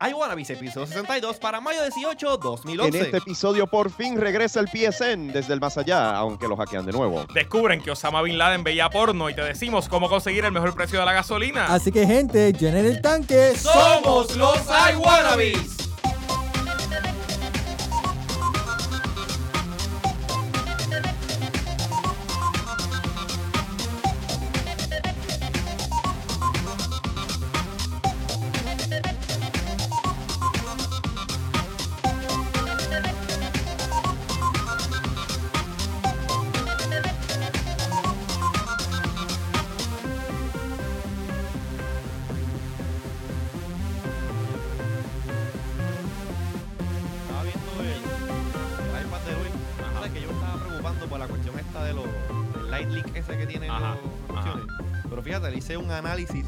I Wanna Be, episodio 62 para mayo 18, En 2011. este episodio por fin regresa el PSN desde el más allá, aunque lo hackean de nuevo. Descubren que Osama Bin Laden veía porno y te decimos cómo conseguir el mejor precio de la gasolina. Así que, gente, llenen el tanque. ¡Somos los I Wanna Be's! Estaba viendo el, el iPad de hoy. ¿Sabes que yo me estaba preocupando por la cuestión esta de los del light leak ese que tienen Ajá, los opciones? Pero fíjate, le hice un análisis.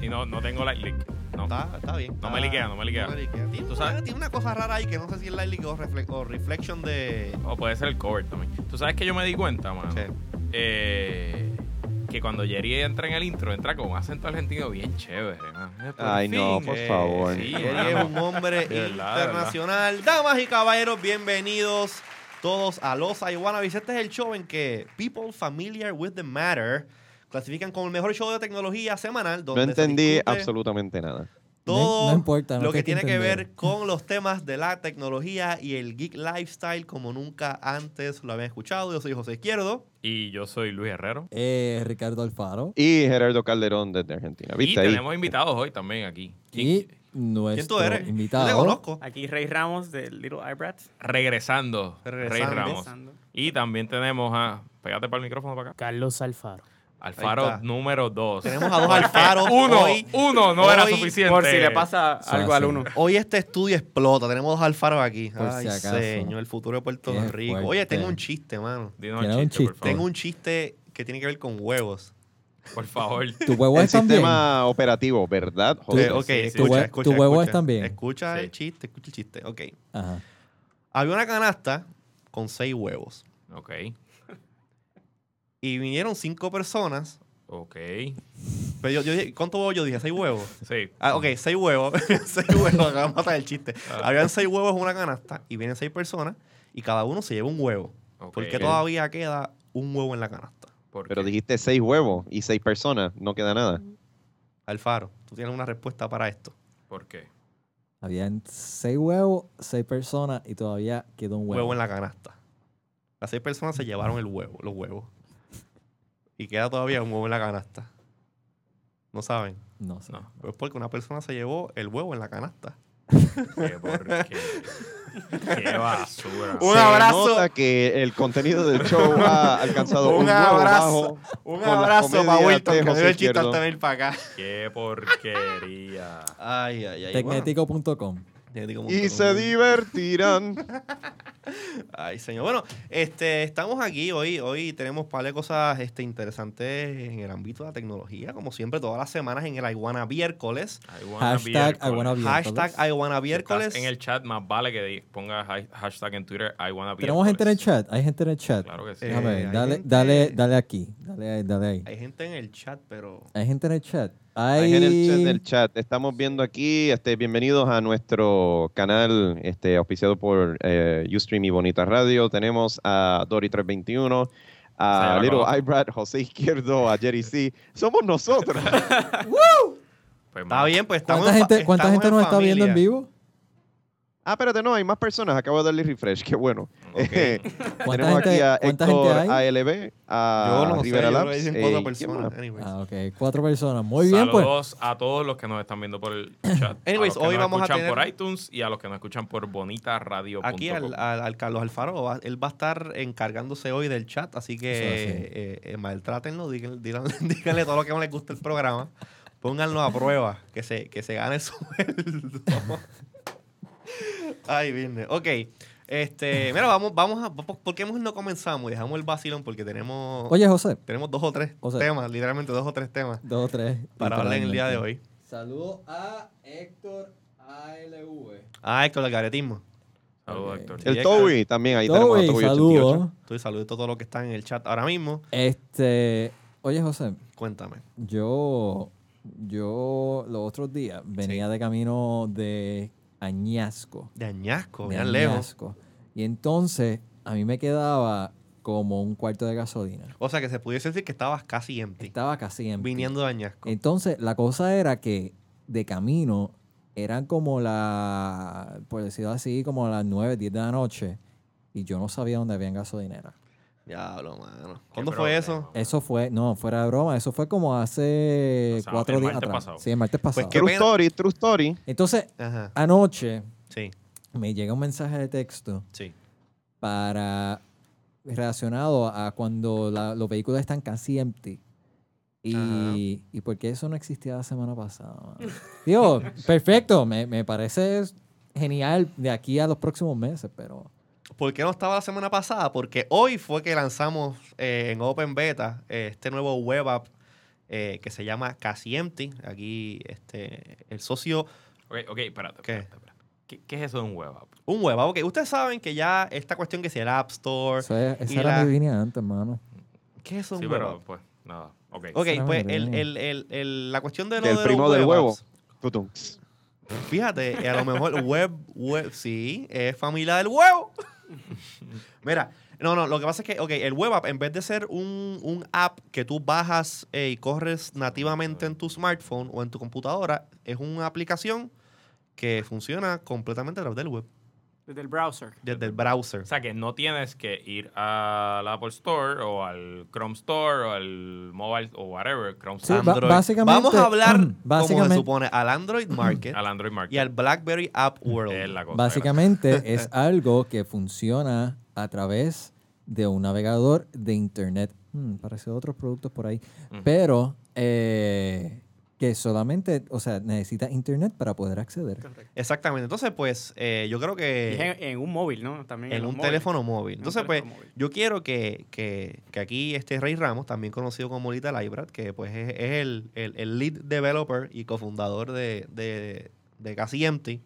Y no, no tengo la leak. No. Está, está bien. No está- me liquea, no me liquea. Tiene, ¿Tú una- sabes? tiene una cosa rara ahí que no sé si es light leak o, refle- o reflection de. O puede ser el cover también. Tú sabes que yo me di cuenta, mano. Che, Eh, que cuando Jerry entra en el intro, entra con un acento argentino bien chévere. man. Eh, por Ay, no, fin, por eh, favor. sí, Jerry mano. es un hombre De verdad, de internacional. Damas y caballeros, bienvenidos todos a Los Iwanabis. Este es el show en que people familiar with the matter clasifican como el mejor show de tecnología semanal. No Donde se entendí discute absolutamente nada. todo No importa, no lo que tienes tiene que que entender. ver con los temas de la tecnología y el geek lifestyle como nunca antes lo habían escuchado. Yo soy José Izquierdo. Y yo soy Luis Herrero. Eh, Ricardo Alfaro. Y Gerardo Calderón desde Argentina. ¿Viste Y ahí? tenemos invitados hoy también aquí. Y ¿Quién tú nuestro eres? invitado. Yo te conozco. Aquí Rey Ramos de Little Ibrats. Regresando, Rey Regresando. Ramos. Y también tenemos a. Pégate para el micrófono para acá. Carlos Alfaro. Ahí Alfaro está. número 2. Tenemos a dos alfaros. Uno, Hoy, uno no era hoy- suficiente. Por si le pasa Eso algo al hace. uno. hoy este estudio explota. Tenemos dos alfaros aquí. Por Ay, si acaso. señor, el futuro de Puerto Qué Rico. fuerte. Oh. Oye, tengo un chiste, mano. Dinos Tiene un chiste, por chiste. favor. Tengo un chiste que tiene que ver con huevos. Por favor. ¿Tu huevo El es también? sistema operativo, ¿verdad? Eh, José? ok, sí, escucha, tu hue- escucha, tu huevo es escucha. también. Escucha Sí. el chiste, escucha el chiste. Ok. Ajá. Había una canasta con seis huevos. Ok, Y vinieron cinco personas. ok. Pero yo, yo dije, ¿cuántos huevos yo dije? ¿Seis huevos? Sí. Ah, ok, seis huevos. seis huevos, acabamos de matar el chiste. Ah. Habían seis huevos en una canasta y vienen seis personas y cada uno se lleva un huevo. ok. Porque todavía queda un huevo en la canasta. ¿Por Pero qué? dijiste seis huevos y seis personas, no queda nada. Alfaro, tú tienes una respuesta para esto. ¿Por qué? Habían seis huevos, seis personas y todavía quedó un huevo. Huevo en la canasta. Las seis personas se llevaron el huevo, los huevos. Y queda todavía un huevo en la canasta. No saben. No sé. No. Pues porque una persona se llevó el huevo en la canasta. ¿Qué por qué? Qué basura. Un Se abrazo. Nota que el contenido del show ha alcanzado un, Un nuevo abrazo. bajo Un Con las abrazo para comedias Wilton, de que me José dio el chiste Izquierdo. antes de venir para acá. Qué porquería. Ay, ay, ay. bueno. Tecnético.com. Tecnético y punto se com. divertirán. Ay, señor. Bueno, este, estamos aquí hoy. Hoy tenemos par de cosas este, interesantes en el ámbito de la tecnología. Como siempre, todas las semanas en el Iguana Viércoles. I wanna be Hashtag alcohol. I wanna be Hashtag alcohol. Iguana Si estás Viércoles. En el chat, más vale que di- pongas ha- hashtag en Twitter. I wanna be Tenemos gente en el alcohol. chat. Hay gente en el chat. pues. Claro que sí. Déjame Eh, ver, hay Dale, gente- dale, dale aquí. Dale ahí, dale ahí. Hay gente en el chat, pero. Hay gente en el chat. Hay Hay, gente en el chat- en el chat. Estamos viendo aquí, este, bienvenidos a nuestro canal este, auspiciado por eh, Ustream y Bonita Radio. Tenemos a Dory321, Se a llama Little como- Ibrat, José Izquierdo, a Jerry C. Somos nosotros. Pues, Está mano, bien, pues estamos ¿Cuánta en fa- gente, cuánta estamos gente nos está viendo en familia. vivo? ah, espérate, no, hay más personas. Acabo de darle refresh, qué bueno. ok. ¿Cuánta Tenemos aquí a E. gente, cuánta gente Héctor hay? ALB, Yo a no sé, yo Rivera creo Labs. que dicen eh, cuatro ¿quién personas. más? Anyways, Ah, ok. Cuatro personas. Muy bien, pues. Saludos a todos los que nos están viendo por el chat. Anyways, a los que hoy nos vamos a escuchan tener- por iTunes y a los que nos escuchan por bonitaradio.com. Aquí al, al- al Carlos Alfaro, va- él va a estar encargándose hoy del chat, así que Eso es así. eh, eh, maltrátenlo, díganle, díganle- díganle todo lo que no les gusta el programa, pónganlo a prueba, que se, que se gane el sueldo. Ay, viernes. Ok, este, mira, vamos, vamos a, ¿por por qué no comenzamos? Y Dejamos el vacilón porque tenemos, Oye, José. tenemos dos o tres O sea- temas, literalmente dos o tres temas Dos o tres. para hablar en el día de hoy. Saludos a Héctor ALV. Ah, Héctor, el garetismo. Saludos, Ok. Héctor. El Toby también, ahí tenemos a Toby, Toby88. saludos. Estoy saludito a todos los que están en el chat ahora mismo. Este, oye José, Cuéntame. yo Yo los otros días venía de camino de Añasco. De añasco, de bien lejos. Añasco. Y entonces a mí me quedaba como un cuarto de gasolina. O sea, que se pudiese decir que estabas casi empty. Estaba Eh, casi en Viniendo de añasco. Entonces, la cosa era que de camino eran como la, por decirlo así, como las 9, 10 de la noche y yo no sabía dónde habían gasolinera. Diablo, mano. ¿Cuándo fue eso? Eso fue, no, fuera de broma, eso fue como hace Pasado, cuatro el días martes atrás. pasado. Sí, el martes pasado. qué True pena. story, true story. Entonces, Ajá. anoche Sí, me llega un mensaje de texto sí. para relacionado a cuando la- los vehículos están casi empty. Ajá. Y, y por qué eso no existía la semana pasada. mano? Digo, perfecto, me, me parece genial de aquí a los próximos meses, pero ¿Por qué no estaba la semana pasada? Porque hoy fue que lanzamos eh, en Open Beta eh, este nuevo web app eh, que se llama Casi Empty. Aquí este, el socio Ok, ok, espérate. ¿Qué? espérate, espérate. ¿Qué, qué es eso de un web app? Un web app. Ok, ustedes saben que ya esta cuestión que si el App Store. eso es- esa y era la- Pues mi línea antes, hermano. ¿Qué es un Sí, web pero app? pues nada. Ok. Ok, Esa era pues mi el, idea. el- el- el- la cuestión de lo Del de los primo del web huevo. apps, Tutum. Fíjate, eh, a lo mejor web, web, sí, es familia del huevo. Mira, no, no, lo que pasa es que, ok, el web app, en vez de ser un, un app que tú bajas eh, y corres nativamente en tu smartphone o en tu computadora, es una aplicación que funciona completamente a través del web, Desde el browser. desde el browser. O sea que no tienes que ir al Apple Store o al Chrome Store o al Mobile o whatever, Chrome Sí, Store, ba- básicamente- Vamos a hablar, como se básicamente- supone, al Android Market al Android Market. y al BlackBerry App World. Es la cosa. Básicamente es algo que funciona a través de un navegador de internet. Hmm, parece otros productos por ahí. Ujú. Pero eh, que solamente, o sea, necesita internet para poder acceder. Exactamente. Entonces, pues, eh, yo creo Y que... es en, en un móvil, ¿no? También en los un móviles. teléfono móvil. En un Entonces, pues, teléfono móvil. yo quiero que, que- que aquí este Rey Ramos, también conocido como Lita Librat, que pues es, es el, el- el lead developer y cofundador de, de, de Casi Empty,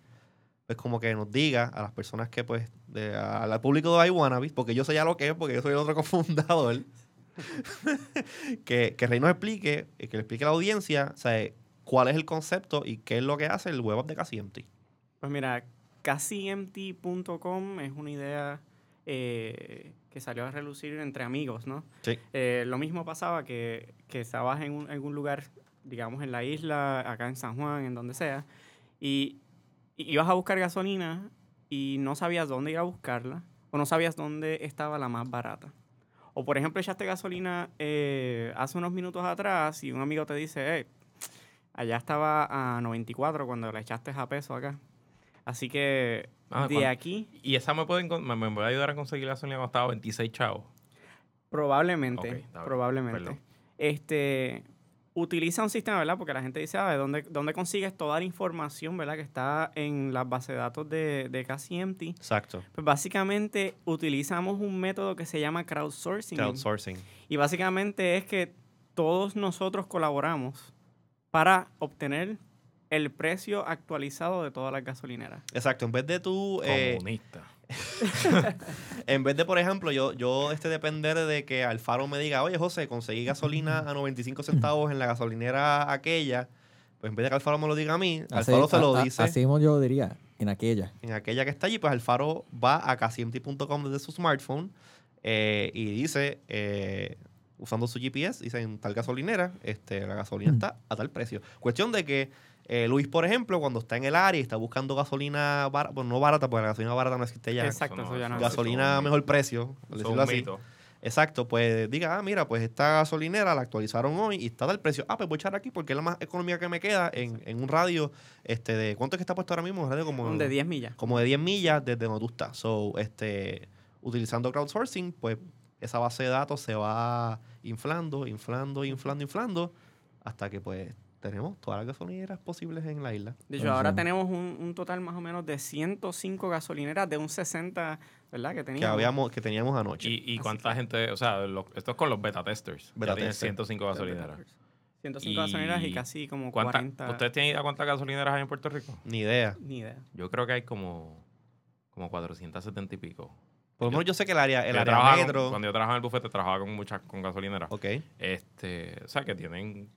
pues como que nos diga a las personas que, pues, de- a- al público de iWannabes, porque yo sé ya lo que es, porque yo soy el otro cofundador, que, que Rey nos explique, y que le explique a la audiencia, o sea, cuál es el concepto y qué es lo que hace el web app de Casi Empty. Pues mira, casimt.com es una idea eh, que salió a relucir entre amigos, ¿no? Sí. Eh, lo mismo pasaba que, que estabas en un, en un lugar, digamos en la isla, acá en San Juan, en donde sea, y, y ibas a buscar gasolina y no sabías dónde ir a buscarla o no sabías dónde estaba la más barata. O por ejemplo, echaste gasolina eh, hace unos minutos atrás y un amigo te dice, "Eh, allá estaba a 94 cuando la echaste a peso acá. Así que Ah, de ¿cuán- aquí y esa me puede encon- me, me puede ayudar a conseguir la gasolina cuando estaba 26 chavos. Probablemente, Ok, está bien. probablemente. Perdón. Este utiliza un sistema, ¿verdad? Porque la gente dice, ah, ¿de dónde, dónde consigues toda la información, ¿verdad? Que está en las bases de datos de, de Casi Empty. Exacto. Pues básicamente utilizamos un método que se llama crowdsourcing. Crowdsourcing. Y básicamente es que todos nosotros colaboramos para obtener el precio actualizado de todas las gasolineras. Exacto. En vez de tú... eh, Comunista. En vez de, por ejemplo, yo, yo este depender de que Alfaro me diga, oye, José, conseguí gasolina a 95 centavos en la gasolinera aquella, pues en vez de que Alfaro me lo diga a mí, Así- Alfaro se lo a- a- dice ah, Así mismo yo diría, en aquella. en aquella que está allí, pues Alfaro va a casiempty.com desde su smartphone eh, y dice, eh, usando su GPS, dice en tal gasolinera, este, la gasolina está a tal precio. Cuestión de que eh, Luis, por ejemplo, cuando está en el área y está buscando gasolina barata, bueno, no barata, porque la gasolina barata no existe ya. Exacto, eso ya no- Gasolina a mejor precio, por Eso es decirlo un así. mito. Exacto, pues diga, ah, mira, pues esta gasolinera la actualizaron hoy y está del precio. Ah, pues voy a echar aquí porque es la más económica que me queda en, en un radio este de ¿cuánto es que está puesto ahora mismo? Un radio como De 10 millas. como de 10 millas desde donde tú estás. So, este utilizando crowdsourcing, pues esa base de datos se va inflando, inflando, inflando, inflando hasta que pues tenemos todas las gasolineras posibles en la isla. De hecho, Entonces- ahora tenemos un, un total más o menos de 105 gasolineras de un 60, ¿verdad? Que teníamos. Que habíamos que teníamos anoche. ¿Y, y cuánta gente? O sea, lo- esto es con los beta testers. Beta ya tienen tester. 105 gasolineras. 105 Y- gasolineras y casi como ¿Cuánta- 40. ¿Ustedes tienen idea cuántas gasolineras hay en Puerto Rico? Ni idea. Ni idea. Yo creo que hay como, como 470 y pico. Por lo menos yo sé que el área, el Yo área trabajaba con- metro. cuando yo trabajaba en el bufete, trabajaba con muchas con gasolineras. Ok. Este, o sea, que tienen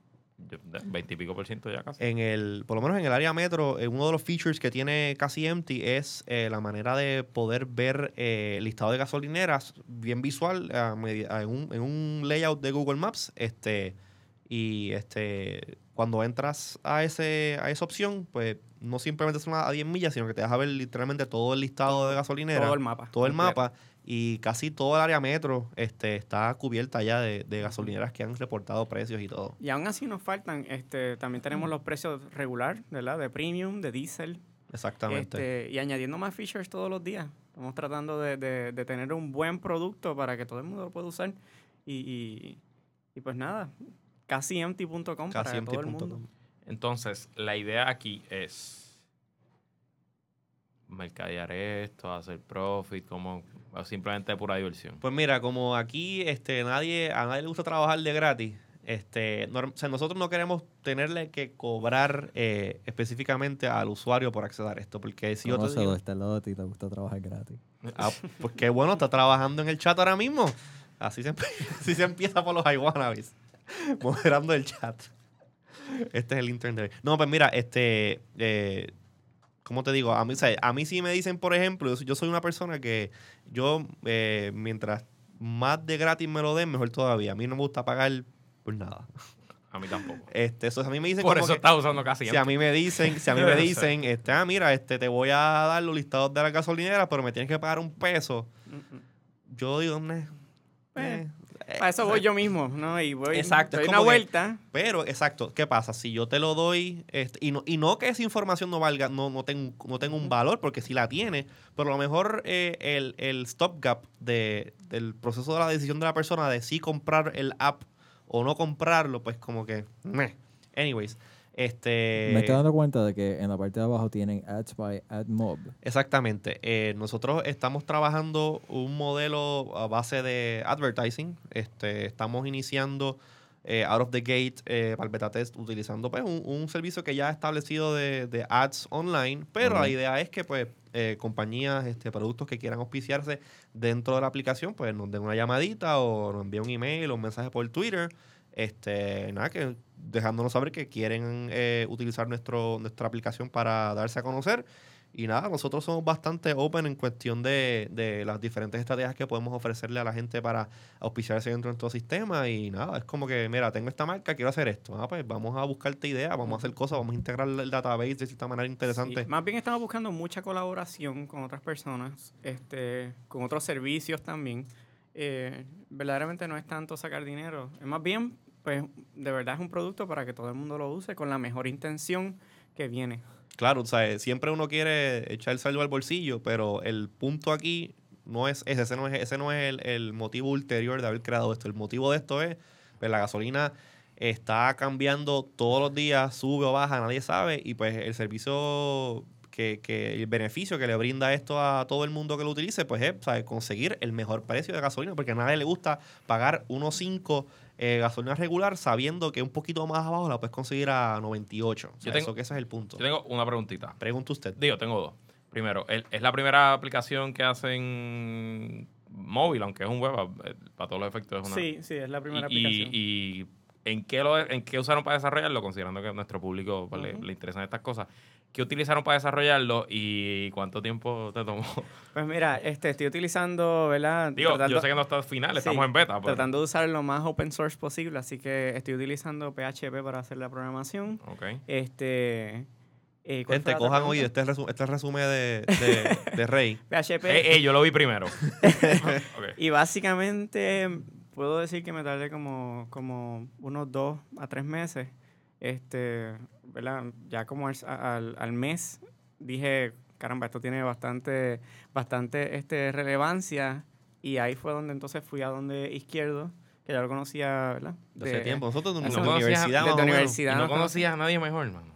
Veintipico por ciento ya casi. en el, por lo menos en el área metro, eh, uno de los features que tiene Casi Empty es eh, la manera de poder ver eh, el listado de gasolineras bien visual a medi- a- en, un, en un layout de Google Maps. Este, y este, cuando entras a, ese, a esa opción, pues no simplemente son a, a 10 millas, sino que te vas a ver literalmente todo el listado de gasolineras Todo el mapa. todo el completo. mapa y casi todo el área metro este, está cubierta ya de, de gasolineras que han reportado precios y todo. Y aún así nos faltan, este, también tenemos los precios regular, ¿verdad? De premium, de diésel, Exactamente. este, y añadiendo más features todos los días. Estamos tratando de, de- de tener un buen producto para que todo el mundo lo pueda usar. Y, y- y pues nada, casiempty.com para casi todo el mundo. Entonces, la idea aquí es mercadear esto, hacer profit, como o simplemente pura diversión. Pues mira, como aquí este, nadie, a nadie le gusta trabajar de gratis, este, norm- o sea, nosotros no queremos tenerle que cobrar eh, específicamente al usuario por acceder a esto, porque si yo te Conócelo, digo, está al lado de ti, te gusta trabajar gratis. ah, pues qué bueno, está trabajando en el chat ahora mismo. Así se, así se empieza por los iWannabes, moderando el chat. Este es el internet. No, pues mira, este, eh, ¿cómo te digo? A mí, o sea, a mí sí me dicen, por ejemplo, yo soy- yo soy una persona que yo, eh, mientras más de gratis me lo den, mejor todavía. A mí no me gusta pagar por nada. A mí tampoco. Este, eso, a mí me dicen Por como eso que- estás usando casi. si a mí me dicen, si a mí me dicen, este, ah, mira, este, te voy a dar los listados de las gasolineras, pero me tienes que pagar un peso. Mm, mm. Yo digo, "Meh, Eh, eh". Para eso voy yo mismo, ¿no? Y voy, Exacto, es doy una como que- vuelta. Pero, exacto, ¿qué pasa? Si yo te lo doy, este, y, no, y no que esa información no valga, no, no, ten- no tenga un valor, porque si la tiene, pero a lo mejor eh, el, el stopgap de, del proceso de la decisión de la persona de si comprar el app o no comprarlo, pues como que, meh. Anyways, este... Me estoy dando cuenta de que en la parte de abajo tienen ads by AdMob. Exactamente. Eh, nosotros estamos trabajando un modelo a base de advertising. Este, estamos iniciando eh, out of the gate eh, para el beta test utilizando pues, un, un servicio que ya ha establecido de, de ads online, pero Ujú. la idea es que pues, eh, compañías, este, productos que quieran auspiciarse dentro de la aplicación, pues nos den una llamadita o nos envíen un email o un mensaje por Twitter. Este, nada, que dejándonos saber que quieren eh, utilizar nuestro, nuestra aplicación para darse a conocer. Y nada, nosotros somos bastante open en cuestión de, de las diferentes estrategias que podemos ofrecerle a la gente para auspiciarse dentro de nuestro sistema. Y nada, es como que, mira, tengo esta marca, quiero hacer esto. Ah, pues vamos a buscarte ideas, vamos a hacer cosas, vamos a integrar el database de cierta manera interesante. Sí, Más bien estamos buscando mucha colaboración con otras personas, este, con otros servicios también. Eh, verdaderamente no es tanto sacar dinero, es más bien, pues, de verdad es un producto para que todo el mundo lo use con la mejor intención que viene. Claro, o sea, siempre uno quiere echar el saldo al bolsillo, pero el punto aquí no es ese, ese no es, ese no es el, el motivo ulterior de haber creado esto. El motivo de esto es pues, la gasolina está cambiando todos los días, sube o baja, nadie sabe, y pues el servicio que, que- el beneficio que le brinda esto a todo el mundo que lo utilice, pues es ¿sabes? conseguir el mejor precio de gasolina, porque a nadie le gusta pagar 1.5 eh, gasolina regular sabiendo que un poquito más abajo la puedes conseguir a 98. O sea, Yo tengo- eso que ese es el punto. Yo tengo una preguntita. Pregunta usted. Digo, tengo dos. Primero, el- es la primera aplicación que hacen móvil, aunque es un web, eh, para todos los efectos es una. Sí, sí, es la primera y, y- aplicación. y ¿en, qué lo, ¿en qué usaron para desarrollarlo? Considerando que a nuestro público pues, le- Ujú. le, interesan estas cosas. ¿Qué utilizaron para desarrollarlo y cuánto tiempo te tomó? pues mira, este, estoy utilizando, ¿verdad? Digo, yo Tratando- sé que no está final, Sí, estamos en beta. pero- Tratando de usar lo más open source posible, así que estoy utilizando PHP para hacer la programación. Ok. Este, eh, ¿cuál fue Gente, la otra cojan hoy pregunta? este, resu- este resumen de, de- de Rey. PHP. Eh, eh, yo lo vi primero. Ok. Y básicamente puedo decir que me tardé como, como unos dos a tres meses. Este, ¿verdad? Ya como al, al- al mes dije, caramba, esto tiene bastante, bastante este, relevancia. Y ahí fue donde entonces fui a donde Izquierdo, que ya lo conocía, ¿verdad? De hace tiempo. Nosotros de hace la unos- universidad, más desde o menos. Y universidad. no conocías a nadie mejor, hermano.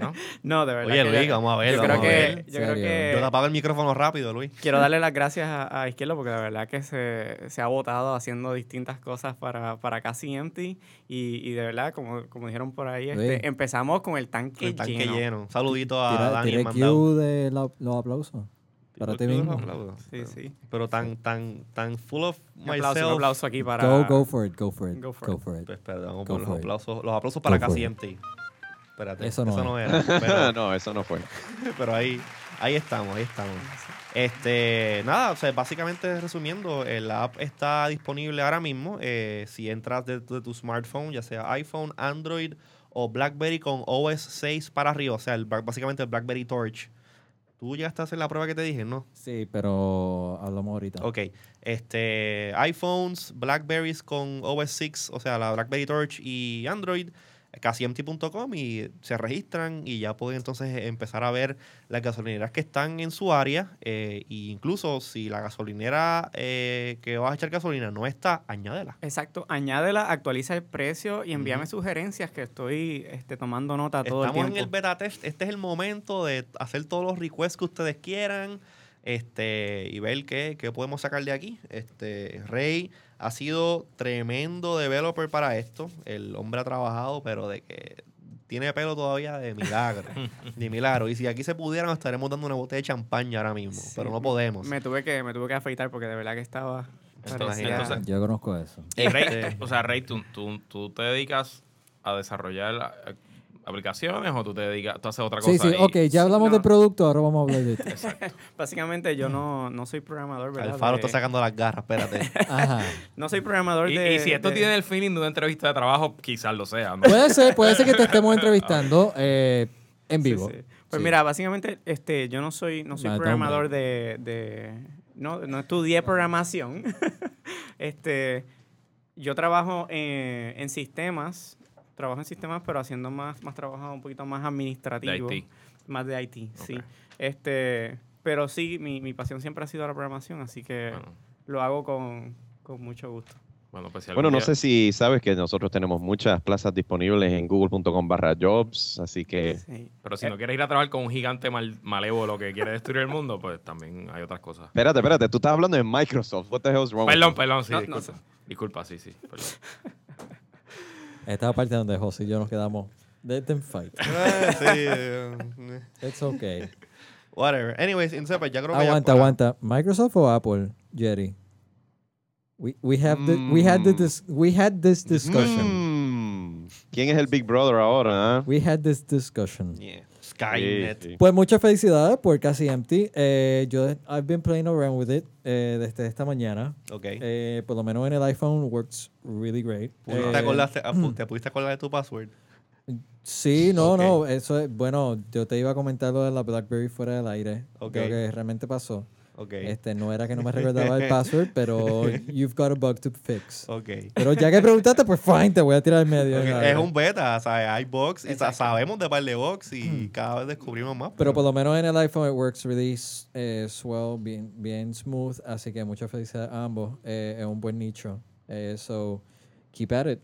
¿No? No, de verdad. Oye, que Luis, yo- vamos a ver. yo vamos creo a que, ver. yo creo Serio. que Yo tapaba el micrófono rápido, Luis. Quiero darle las gracias a, a Izquierdo porque la verdad que se, se ha votado haciendo distintas cosas para, para Casi Empty y, y de verdad, como, como dijeron por ahí, este, Sí. empezamos con el Con tanque, el tanque lleno. lleno. Un saludito a Tira, Ah, Dani tira Mandau. cue de la- los aplausos. Para Yo- ti yo los mismo. aplaudo, Sí, pero- sí. Pero tan, tan, tan full of Un aplauso, un myself. aplauso aquí para... Go, go for it, go for it. Go Go for for, it. it. Pues, perdón, Go por los for it. aplausos. Los aplausos para Go for casi it. empty. Espérate, Eso no era. pero- no, eso no fue. Pero ahí, ahí estamos, ahí estamos. Este, nada, o sea, básicamente resumiendo, eh, la app está disponible ahora mismo. eh, si entras desde tu smartphone, ya sea iPhone, Android o BlackBerry con OS 6 para arriba, o sea, el ba- básicamente el BlackBerry Torch. Tú llegaste a hacer la prueba que te dije, ¿no? Sí, pero hablamos ahorita. Ok. Este, iPhones, BlackBerries con OS 6, o sea, la BlackBerry Torch y Android, casiempty.com y se registran y ya pueden entonces empezar a ver las gasolineras que están en su área. eh, e incluso si la gasolinera eh, que vas a echar gasolina no está, añádela. Exacto, añádela, actualiza el precio y envíame Ujú. sugerencias que estoy este, tomando nota todo Estamos el en el tiempo. beta test. Este es el momento de hacer todos los requests que ustedes quieran este, y ver qué, qué podemos sacar de aquí. Este, Rey ha sido tremendo developer para esto. El hombre ha trabajado, pero de que tiene pelo todavía de milagro. de milagro. Y si aquí se pudiera, nos estaremos dando una botella de champaña ahora mismo. Sí, pero no podemos. me, tuve que, me tuve que afeitar porque de verdad que estaba... Entonces- parecía- entonces- Yo conozco eso. Y Rey, Este- o sea, Rey, tú, tú- tú te dedicas a desarrollar eh, aplicaciones o tú te dedicas, tú haces otra cosa. Sí, sí, y- ok, ya hablamos no. de producto, ahora vamos a hablar de esto. básicamente yo no, no soy programador, ¿verdad? Alfaro De- está sacando las garras, espérate. Ajá. No soy programador Y, de... y si esto de- tiene el feeling de una entrevista de trabajo, quizás lo sea. ¿no? Puede ser, puede ser que te estemos entrevistando eh, en Sí, vivo. sí. Pues Sí. mira, básicamente este, yo no soy, no soy Mad programador de, de- No, no estudié programación. este, yo trabajo eh, en sistemas, trabajo en sistemas, pero haciendo más, más trabajo un poquito más De administrativo. IT. Más de IT, sí. Ok. Este, pero sí, mi, mi pasión siempre ha sido la programación, así que Bueno, lo hago con, con mucho gusto. bueno, pues si Bueno, no algún día- sé si sabes que nosotros tenemos muchas plazas disponibles en google.com barra jobs, así que Sí. Pero si no quieres ir a trabajar con un gigante mal- malévolo que quiere destruir el mundo, pues también hay otras cosas. espérate, espérate, tú estás hablando de Microsoft, what the hell's wrong with Perdón, you? perdón, sí, No, no disculpa. Disculpa, sí, sí. perdón. Esta es la parte donde José y yo nos quedamos. Let them fight. Ah, sí, eh, It's okay. Whatever. Anyways, entonces, pues, ya creo que ya- Aguanta, aguanta. ¿Microsoft o Apple, Jerry? We, we, have the, we, had the Mm. dis- we had this discussion. Mm, ¿Quién es el Big Brother ahora? ah? We had this discussion. Yeah. Skynet. Sí, sí. Pues muchas felicidades por Casi Empty. Eh, yo, I've been playing around with it eh, desde esta mañana. Ok. Eh, por lo menos en el iPhone works really great. Pudiste Eh, acordarte- apu- ah, ¿Te pudiste acordar de tu password? Sí, no, Ok. no, eso es, bueno, yo te iba a comentar lo de la BlackBerry fuera del aire, Ok. lo que realmente pasó. Ok. Este, no era que no me recordaba el password, pero you've got a bug to fix. Ok. Pero ya que preguntaste, pues fine, te voy a tirar en medio. Ok, ¿sabes? Es un beta, ¿sabes? Hay box y sa- sabemos de par de box y cada vez descubrimos más. Mm. Pero por lo menos en el iPhone it works really s- eh, swell, bien, bien smooth, así que mucha felicidad a ambos. Eh, es un buen nicho. Eh, so, keep at it.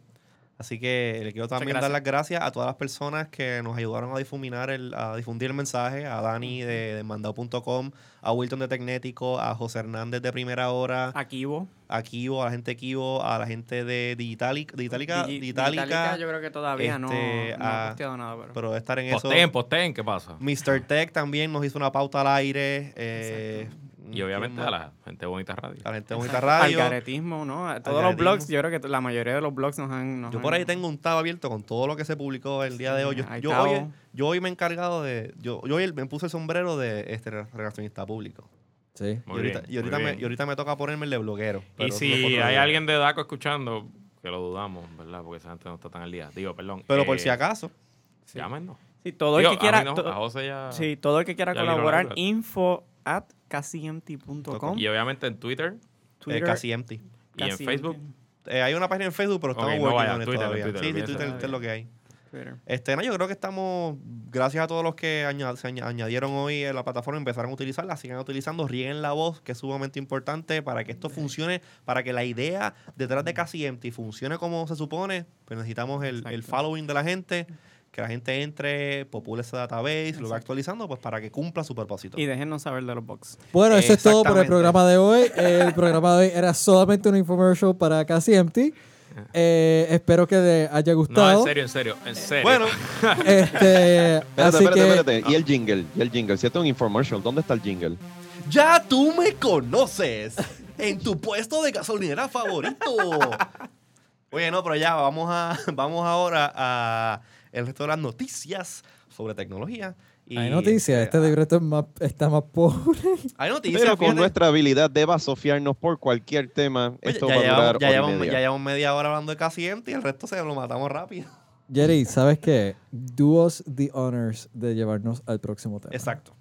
Así que le quiero también dar las gracias a todas las personas que nos ayudaron a difuminar el, a difundir el mensaje, a Dani de, de mandado.com, a Wilton de Tecnético, a José Hernández de Primera Hora, Aquí vos. a Kibo, a la gente de Kibo, a la gente de Digitalic, Digitalica, Digi- Digitalica, Digitalica yo creo que todavía no, no este, ha ah, posteado nada, pero... pero debe estar en eso. Posteen, posteen, ¿qué pasa? Mr. Tech también nos hizo una pauta al aire. eh, Y obviamente ¿quién a más? la gente bonita radio. a la gente de Bonita Exacto. Radio. Algaretismo, ¿no? A Todos los Algaretismo. blogs, yo creo que t- la mayoría de los blogs nos han. nos Yo por ahí han- tengo un tab abierto con todo lo que se publicó el día de hoy. Yo, Sí, hay yo tab. hoy, yo hoy me he encargado de. Yo, yo hoy me puse el sombrero de este re- relacionista público. Sí. y, ahorita, y ahorita me, y ahorita me toca ponerme el de bloguero. pero Y eso si es otro hay día. alguien de DACO escuchando, que lo dudamos, ¿verdad? Porque esa gente no está tan al día. Digo, perdón. Pero eh, por si acaso. Llámenos. Sí, todo Digo, el que quiera. A, mí no, to- a José ya. sí, todo el que quiera ya vino la colaborar, verdad. info at casiempty.com. Y obviamente en Twitter eh, casi empty. y en Facebook. Eh, hay una página en Facebook, pero estamos Ok, no working vaya, on it Twitter, todavía. Twitter, sí, sí, olvídese. Twitter, Twitter es lo que hay. Este, no, yo creo que estamos, gracias a todos los que aña- se aña- añadieron hoy a la plataforma, empezaron a utilizarla, sigan utilizando, rieguen la voz, que es sumamente importante para que esto funcione, para que la idea detrás de Casi Empty funcione como se supone, pues necesitamos el, el Exacto. following de la gente, que la gente entre, popule ese database, lo va actualizando, pues para que cumpla su propósito. Y déjenos saber de los blogs. Bueno, eso es todo por el Exactamente. programa de hoy. El programa de hoy era solamente un infomercial para Casi Empty. Eh, espero que les haya No, gustado. en serio, en serio, en serio. bueno, Este, Espérate, así espérate, que espérate. Y el jingle, y el jingle. Si esto es un infomercial, ¿dónde está el jingle? Ya tú me conoces en tu puesto de gasolinera favorito. Oye, no, pero ya vamos a vamos ahora a el resto de las noticias sobre tecnología. y, Hay noticias, este, ah, este libreto es más- está más pobre. Hay noticias. Pero con fíjate. nuestra habilidad de basofiarnos por cualquier tema, Oye, esto ya, va a llevamos, durar ya, hora y llevamos, media. ya llevamos media hora hablando de casi empty y el resto se lo matamos rápido. Jerry, ¿sabes qué? Do us the honors de llevarnos al próximo tema. Exacto.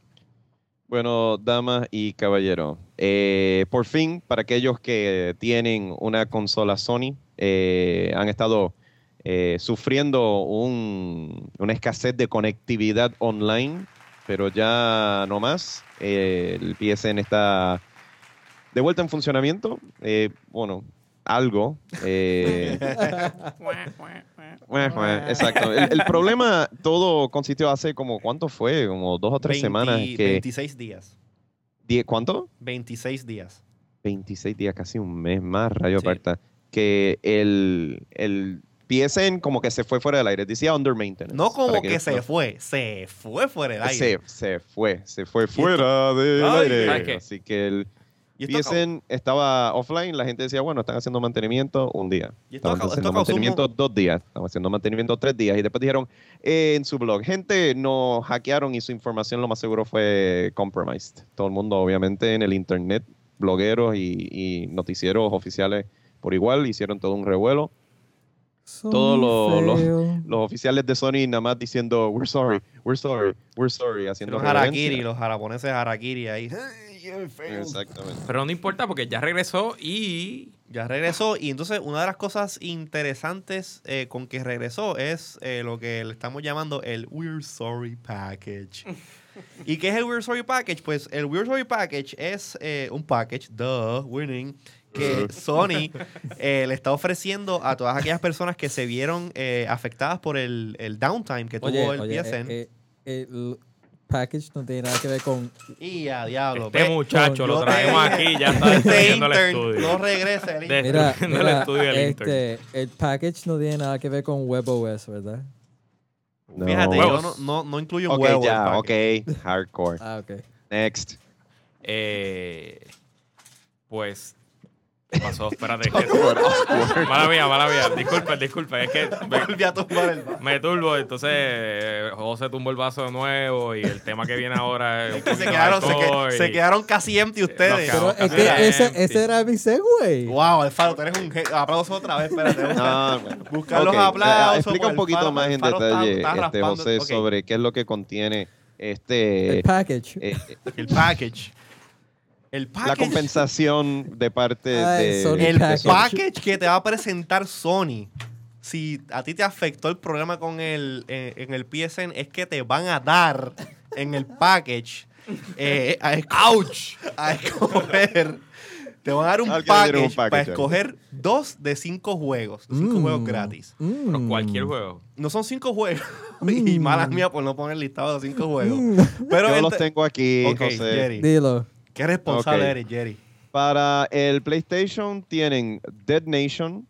Bueno, damas y caballeros, eh, por fin, para aquellos que tienen una consola Sony, eh, han estado eh, sufriendo un- una escasez de conectividad online, pero ya no más. Eh, el PSN está de vuelta en funcionamiento. Eh, bueno, algo. eh, Bueno, bueno, exacto. El, el problema todo consistió hace como, ¿cuánto fue? Como dos o tres 20 semanas. Que, 26 días. die- ¿Cuánto? 26 días. 26 días, casi un mes más, rayo Sí. aparta. Que el, el PSN como que se fue fuera del aire. Decía under maintenance. No como para que se no- fue, se fue fuera del aire. Se, se fue, se fue fuera del Ay, aire. ¿sabes qué? Así que el Y esto acabó. PSN estaba offline, la gente decía, bueno, están haciendo mantenimiento un día. Y esto Estaban acabó- haciendo esto causó un mantenimiento mon- dos días, estaban haciendo mantenimiento tres días. Y después dijeron eh, en su blog, gente nos hackearon y su información lo más seguro fue compromised. Todo el mundo, obviamente, en el internet, blogueros y, y noticieros oficiales por igual, hicieron todo un revuelo. Son Todo lo- lo- feos. Los oficiales de Sony nada más diciendo, we're sorry, we're sorry, we're sorry, haciendo Los reverencia. harakiri, los japoneses harakiri ahí. Exactamente. Pero no importa porque ya regresó y Ya regresó y entonces una de las cosas interesantes eh, con que regresó es eh, lo que le estamos llamando el We're Sorry Package. ¿Y qué es el We're Sorry Package? Pues el We're Sorry Package es eh, un package, duh, winning, que Sony eh, le está ofreciendo a todas aquellas personas que se vieron eh, afectadas por el, el downtime que Oye, tuvo el oye, PSN. eh, eh, el package no tiene nada que ver con... y a diablo. este ve, muchacho lo yo te traemos dije, aquí, ya está este destruyendo el intern no estudio. regresa. el De- intern. Mira, Destruyendo el mira, estudio del este, el package no tiene nada que ver con WebOS, ¿verdad? No. Fíjate, yo Huevos. no, no, no incluyo un Ok, huevo. en el ya, package. ok, hardcore. Ah, ok. Next. Eh, pues ¿qué pasó, espérate. es que- mala mía, mala mía. Disculpa, disculpa. Es que me, Volví a tumbar el vaso. me turbo, entonces eh, José tumbó el vaso de nuevo y el tema que viene ahora es. un Que se, poquito de quedaron, se, alcohol que- y- se quedaron casi empty ustedes. Nos Pero Vamos, es casi la que ese, empty. ese era mi segue. Wow, Alfaro, tú eres un gen- Aplausos otra vez, espérate. Ah, bueno. Buscar Ok, los aplausos. eh, Explica pues, un poquito Alfaro- más en Alfaro está- detalle, está este, raspando- José, ok, sobre qué es lo que contiene El este package. eh, el package. El la package. compensación de parte Ay, de, este Sony de el package. package que te va a presentar Sony. Si a ti te afectó el problema con el eh, en el PSN, es que te van a dar en el package eh, a, es- a escoger. Te van a dar un Alguien package, tiene un package para ahí. escoger dos de cinco juegos. de Cinco Mm, juegos gratis. mm. Pero cualquier juego. No son cinco juegos. y Mm. mala mía por no poner listado de cinco juegos. Mm. Pero Yo los ente- tengo aquí, Ok, José. Jerry. Dilo. Qué responsable Ok. eres, Jerry. Para el PlayStation tienen Dead Nation,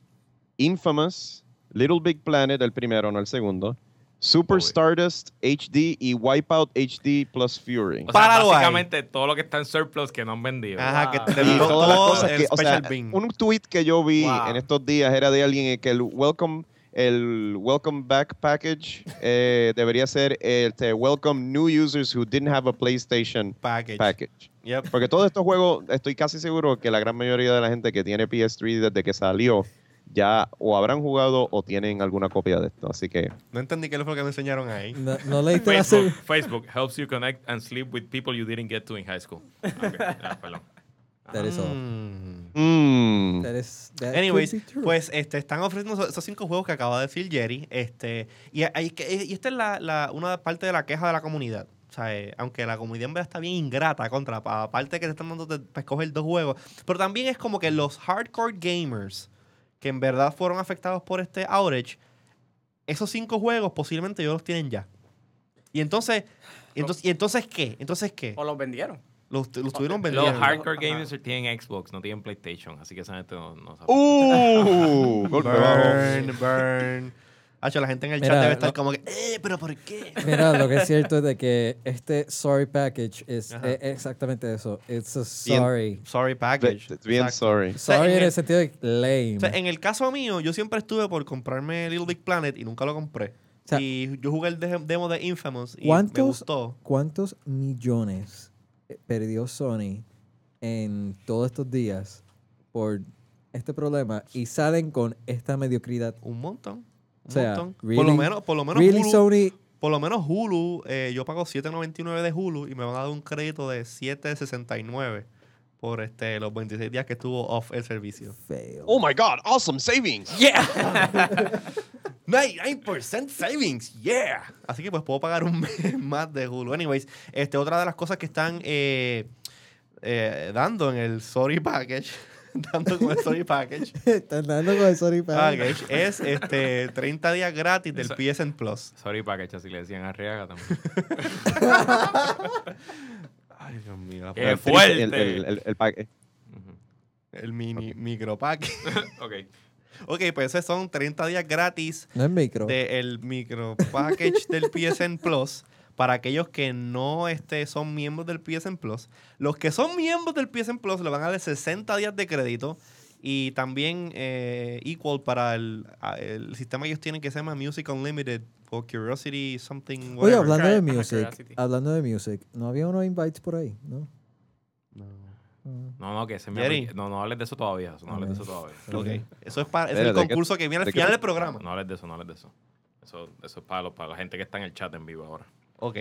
Infamous, Little Big Planet, el primero, no el segundo, Super Uy. Stardust HD y Wipeout HD plus Fury. O sea, Páralo ahí. básicamente todo lo que está en surplus que no han vendido. Ajá, que te y todo, todas las cosas el que, o sea, special bean. un tweet que yo vi Wow. en estos días era de alguien que el welcome el welcome back package eh, debería ser este welcome new users who didn't have a PlayStation package. package. Yep. Porque todos estos juegos, estoy casi seguro que la gran mayoría de la gente que tiene PS3 desde que salió ya o habrán jugado o tienen alguna copia de esto. Así que No entendí qué fue lo que me enseñaron ahí. No, no leíste la Facebook, segue. Facebook helps you connect and sleep with people you didn't get to in high school. Ok, ah, perdón. That is all. Mm. mm, That is- that could Anyways, be true. pues este, están ofreciendo so- esos cinco juegos que acaba de decir Jerry. Este, y, hay que- y esta es la, la- una parte de la queja de la comunidad. O sea, eh, aunque la comunidad en verdad está bien ingrata contra, pa- aparte que te están dando de- para escoger dos juegos. Pero también es como que los hardcore gamers que en verdad fueron afectados por este outage, esos cinco juegos posiblemente ellos los tienen ya. Y entonces, y entonces, y entonces ¿qué? Entonces ¿qué? O los vendieron. Los, los tuvieron Los vendiendo. hardcore Ajá. gamers tienen Xbox, no tienen PlayStation, así que esa gente no, no sabe. ¡Uh! Golpe bajo. Burn, burn. Hacho, la gente en el Mira, chat debe estar lo- como que, eh, pero ¿por qué? Mira, lo que es cierto es de que este sorry package es Ajá. es exactamente eso. It's a Bien. sorry. Sorry Ve- package. Bien, Exacto. sorry. sea, Sorry en en el- el sentido de lame. O sea, en el caso mío, yo siempre estuve por comprarme Little Big Planet y nunca lo compré. O sea, y yo jugué el de- demo de Infamous y me ¿Cuántos- gustó. ¿Cuántos millones eh, perdió Sony en todos estos días por este problema y salen con esta mediocridad? Un montón. Un O sea, montón. por really- lo menos, por lo menos Really, Hulu, Sony, por lo menos Hulu, eh, yo pago 7.99 de Hulu y me van a dar un crédito de 7.69 por este los 26 días que estuvo off el servicio. fail. Oh my God, awesome savings. Así que pues puedo pagar un mes más de Hulu. Anyways, este, otra de las cosas que están eh, eh, dando en el Sorry Package, dando con el Sorry Package, Están dando con el Sony package. package es este 30 días gratis del Eso- PSN Plus. Sorry, package, así le decían a Arriaga también. Ay, Dios mío. ¡Qué El- fuerte! El, el- el- el pack- Ujú. El mini micro package. ok. ok, pues esos son 30 días gratis No es micro. del micro package del PSN Plus para aquellos que no este, son miembros del PSN Plus. Los que son miembros del PSN Plus le van a dar 60 días de crédito y también eh, Equal para el, a- el sistema que ellos tienen que se llama Music Unlimited o Curiosity something Oye, whatever. hablando de Ajá, music, Curiosity. hablando de music, ¿no había unos invites por ahí? ¿No? Ah. No, no, que se me. Jerry. apli- No, no hables de eso todavía. No hables de eso todavía. Ok, Eso es, para, es el Espérate, ¿de qué- concurso que viene al de qué final tú- del programa. No hables de eso, no hables de eso. Eso, eso es para, los- para la gente que está en el chat en vivo ahora. Ok.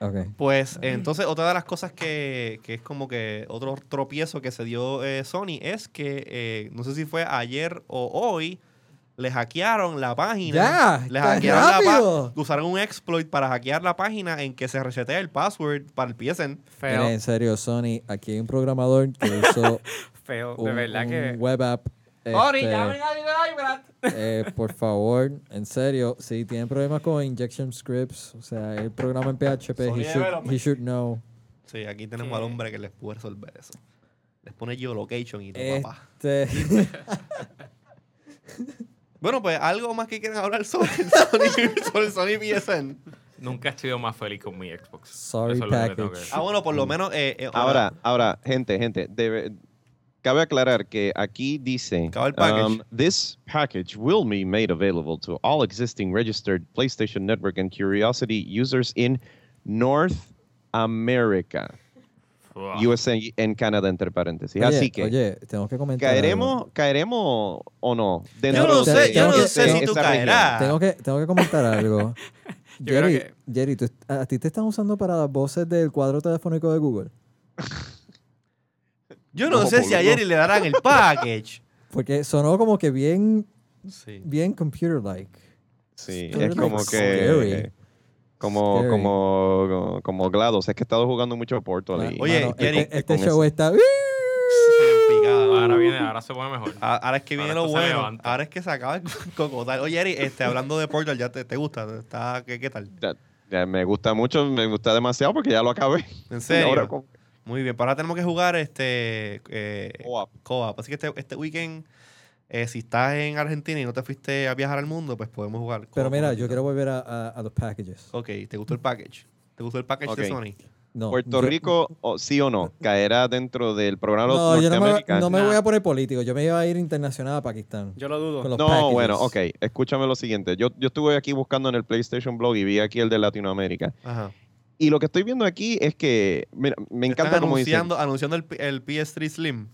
Ok. Pues entonces otra de las cosas que, que es como que otro tropiezo que se dio eh, Sony es que eh, no sé si fue ayer o hoy le hackearon la página. Ya, le tan hackearon la rápido. página. Usaron un exploit para hackear la página en que se resetea el password para el PSN. Mira, Feo. en serio, Sony, aquí hay un programador que hizo Feo. un, De verdad un que. web app. Ori, este, ya ven a liberar. eh, por favor, en serio, si tienen problemas con injection scripts, o sea, el programa en PHP, Sony he should, development. he should know. Sí, aquí tenemos ¿Qué? al hombre que les puede resolver eso. Les pone geolocation y todo, papá. Este, Bueno, pues algo más que quieran hablar sobre el Sony, sobre el Sony PSN. Nunca he sido más feliz con mi Xbox. Sorry, Eso es lo que le tengo que package. decir. Ah, bueno, por lo menos... eh, eh, Ahora, ahora, gente, gente, debe- cabe aclarar que aquí dice, um, Acaba el package. this package will be made available to all existing registered PlayStation Network and Curiosity users in North America, Ah. Fua. USA and Canada, entre paréntesis. Así oye, que, oye, tenemos que comentar. algo. ¿caeremos, ¿caeremos o no? Yo no Tengo- sé, yo tengo no que- sé tengo- si tú esa región. caerás. Tengo que, tengo que comentar algo. Yo creo Jerry, que- Jerry tú- ¿a ti te están usando para las voces del cuadro telefónico de Google? Yo no Ojo, sé si boludo. ayer le darán el package. Porque sonó como que bien, Sí. bien computer-like. Sí, Pero es es como scary. que... Como, Scary. como, como GLaDOS. Es que he estado jugando mucho Portal. y- Oye, Mano, Jerry, este, con este eso- show está... Ahora viene, ahora se pone mejor. A- Ahora es que viene Uh. Ahora lo esto se bueno. levanta. Ahora es que se acaba el cocotal. Oye, Eri, este, hablando de Portal, ¿ya te, te gusta? Está, ¿qué, qué tal? Ya- ya me gusta mucho, me gusta demasiado porque ya lo acabé. ¿En Y serio? ahora con- Muy bien. pues Ahora tenemos que jugar este eh, Co-op. co-op. Así que este, este weekend, eh, si estás en Argentina y no te fuiste a viajar al mundo, pues podemos jugar. Pero co-op mira, un yo ratito. quiero volver a, a- a los packages. Ok, ¿te gustó el package? ¿Te gustó el package Ok. de Sony? No, Puerto yo- Rico, o- sí o no, caerá dentro del programa No, yo no me, norteamericano. no me Nah. voy a poner político. Yo me iba a ir internacional a Pakistán. Yo lo dudo. Con los No, packages. bueno, ok, escúchame lo siguiente. Yo, yo estuve aquí buscando en el PlayStation Blog y vi aquí el de Latinoamérica. Ajá. Y lo que estoy viendo aquí es que, mira, me encanta Están como dicen, anunciando, anunciando el, P- el PS3 Slim.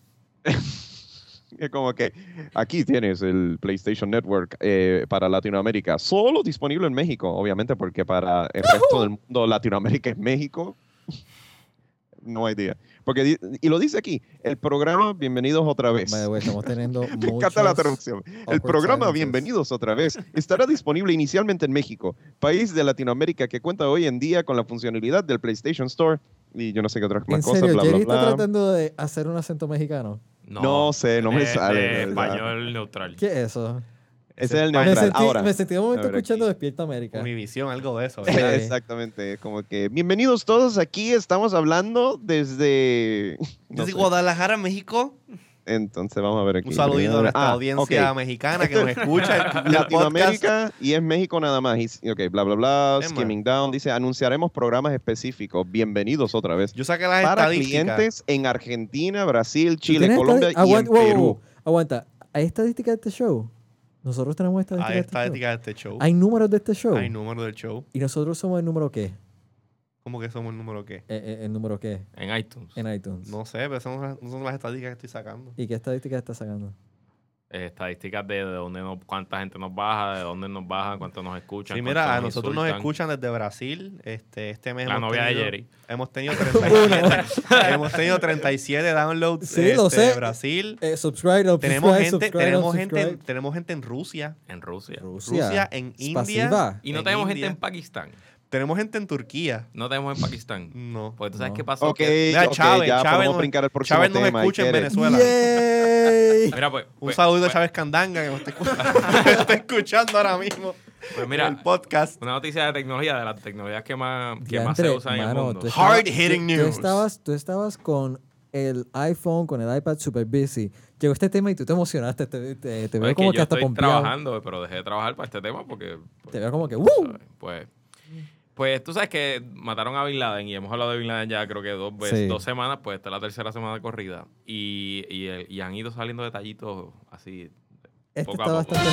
es como que aquí tienes el PlayStation Network eh, para Latinoamérica, solo disponible en México, obviamente, porque para el resto del mundo Latinoamérica es México. No hay día. Porque, di- y lo dice aquí, el programa Bienvenidos otra vez. By the way, estamos teniendo muchos... Me encanta la traducción. El awkward programa silences. Bienvenidos otra vez estará disponible inicialmente en México, país de Latinoamérica que cuenta hoy en día con la funcionalidad del PlayStation Store y yo no sé qué otras En más cosas, serio, bla, Jerry bla, está bla. tratando de hacer un acento mexicano. No, No sé, no me de- sale, de ¿verdad? español neutral. ¿Qué es eso? Ese es el Me neutral. sentí, Ahora, me sentí un momento a ver escuchando aquí. Despierta América. Mi visión, algo de eso. ¿eh? ¿verdad? Dale. exactamente, es como que bienvenidos todos aquí, estamos hablando desde... no Desde sé. Guadalajara, México. Entonces vamos a ver aquí. Un saludito a nuestra Ah, audiencia ok. mexicana que nos escucha. el- el podcast. Latinoamérica y es México nada más. Y, s- ok, bla, bla, bla. Emma. Skimming down. Dice, anunciaremos programas específicos. Bienvenidos otra vez. Yo saqué las Para estadísticas. clientes en Argentina, Brasil, Chile, ¿Tienes Colombia estadi- y en aguanta- wow, wow, Perú. wow. Aguanta. ¿Hay estadísticas de este show? Nosotros tenemos estadísticas. Hay de este show? estadísticas de este show. Hay números de este show. Hay número del show. ¿Y nosotros somos el número qué? Eh, ¿Cómo que somos el número qué? eh, ¿El número qué? En iTunes. En iTunes. No sé, pero son, las- no son las estadísticas que estoy sacando. ¿Y qué estadísticas estás sacando? Eh, estadísticas de, de dónde nos, cuánta gente nos baja, de dónde nos baja, cuánto nos escuchan. Sí, cuánto mira, a nosotros nos insultan. escuchan desde Brasil. Este, este mes La hemos novia de tenido- Jerry. Hemos tenido 37, hemos tenido 37 downloads Sí, lo este, de sé. Brasil. Eh, subscribe, lo- Tenemos subscribe, gente, subscribe, tenemos lo- gente, subscribe. tenemos gente en Rusia, En Rusia. Rusia. Rusia, en Es India. pasiva. Y no en tenemos India. gente en Pakistán. Tenemos gente en Turquía. No tenemos en Pakistán. No. Porque tú sabes No. qué pasó. Ok, que- Mira, ok, Chávez, ya Chávez podemos nos- brincar el próximo Chávez nos tema, escucha en Ikere. Venezuela. Yay. Mira, pues. Un pues- saludo a pues- Chávez Candanga que nos está escuchando, que está escuchando ahora mismo. Mira, pues mira, el podcast. una noticia de tecnología, de las tecnologías que más, que más se Diantre, usan en el mano, mundo. Pues, tú estabas- Hard hitting tú- news. Tú estabas, tú estabas con el iPhone, con el iPad super busy. Llegó este tema y tú te emocionaste. Te, te- te Pues veo es como que, yo hasta estoy pompeado. trabajando, pero dejé de trabajar para este tema porque... Te veo como que, tú ¡uh! sabes, Pues, pues tú sabes que mataron a Bin Laden y hemos hablado de Bin Laden ya creo que dos veces, Sí. dos semanas, pues esta es la tercera semana de corrida. Y, y, el- y han ido saliendo detallitos así. Este Poco a está poco. bastante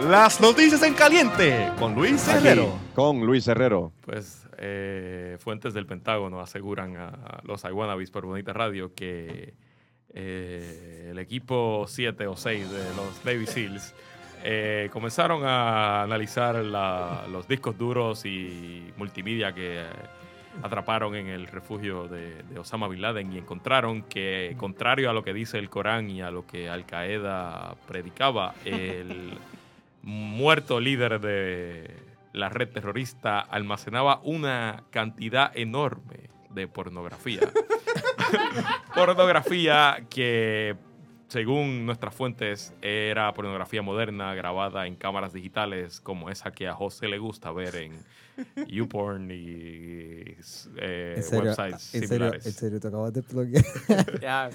hot. Las noticias en caliente con Luis Aquí, Herrero. con Luis Herrero. Pues eh, fuentes del Pentágono aseguran a, a los Iwanabis por Bonita Radio que eh, el equipo 7 o 6 de los Navy Seals eh, comenzaron a analizar la- los discos duros y multimedia que eh, atraparon en el refugio de, de Osama Bin Laden y encontraron que, contrario a lo que dice el Corán y a lo que Al Qaeda predicaba, el muerto líder de la red terrorista almacenaba una cantidad enorme de pornografía. pornografía que, según nuestras fuentes, era pornografía moderna grabada en cámaras digitales como esa que a José le gusta ver en YouPorn y eh, En serio, websites en serio, en similares. serio, te acabas de pluguear Ya,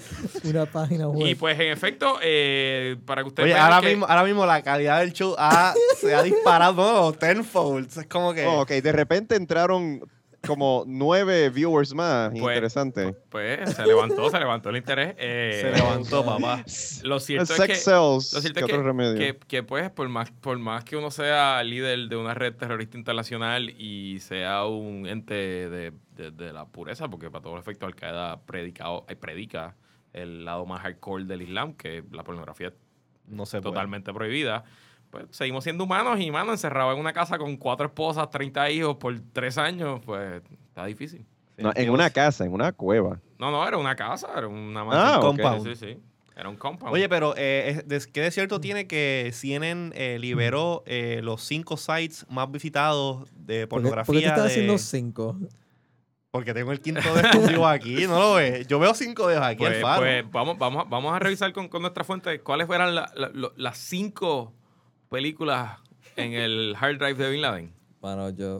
una página web. Y pues en efecto, eh, para que ustedes Oye, vean ahora, que- mismo, ahora mismo la calidad del show ha- se ha disparado tenfold. Es como que. Oh, ok, de repente entraron como nueve viewers más. Interesante. Pues se levantó, se levantó el interés. eh, Se levantó, papá. Lo cierto es sex que, sells, lo cierto ¿qué es otro remedio? que- que, pues, por más, por más que uno sea líder de una red terrorista internacional y sea un ente de, de- de la pureza, porque para todo efecto Al-Qaeda predicado- eh, predica el lado más hardcore del Islam, que la pornografía es No sé. totalmente prohibida, pues seguimos siendo humanos y, mano, encerrado en una casa con cuatro esposas, 30 hijos por tres años, pues está difícil. No, en una casa, en una cueva. No, no, era una casa, era una Ah, ok. Sí, sí, sí. Era un compound. Oye, pero eh, es- des- ¿qué de cierto tiene que CNN eh, liberó eh, los cinco sites más visitados de ¿Por qué- pornografía? ¿Por qué te estás de- haciendo cinco? Porque tengo el quinto dedo vivo aquí, ¿no lo ves? Yo veo cinco dedos aquí, Pues, el faro. pues, vamos, vamos, a- vamos a revisar con, con nuestra fuente cuáles eran la- la- lo- las cinco películas en el hard drive de Bin Laden. Bueno, yo.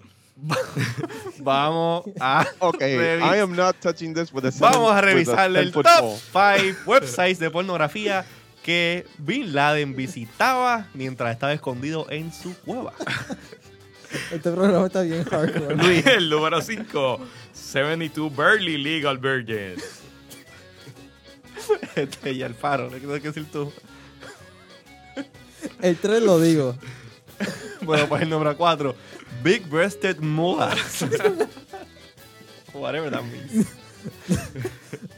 Vamos a, Ok, revis- I am not touching this with a vamos a with a revisar el 10-foot top pole. 5 websites de pornografía que Bin Laden visitaba mientras estaba escondido en su cueva. Este programa está bien hardcore. Luis, el número 5, 72 Burley Legal Virgins. Este, y el faro, ¿qué tienes que decir tú? El 3 lo digo. Bueno, pues el número 4. Big Breasted Mulas. Whatever that means.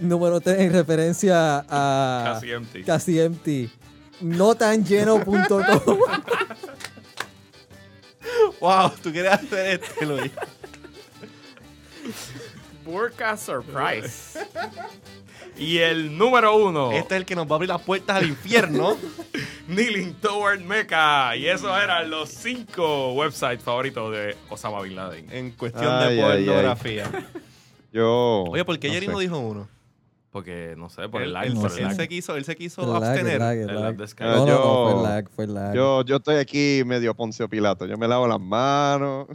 Número 3 en referencia a. Casi empty. Casi empty. No tan lleno.com. Wow, tú quieres hacer este, Luis. Burka Surprise. Y el número Oh. 1, Este es el que nos va a abrir las puertas al infierno. Kneeling Toward Mecca. Y esos eran los cinco websites favoritos de Osama Bin Laden. En cuestión Ay, de ay, ay. pornografía. Yo. Oye, ¿por qué no Jerry sé. no dijo uno? Porque, no sé, por el él, like, él- no por sé. el él like. se quiso, él se quiso El lag, el abstener. lag, el El lag. lag de Skype. No, no, no, Yo- fue el lag, fue el lag. Yo, yo estoy aquí medio Poncio Pilato. Yo me lavo las manos.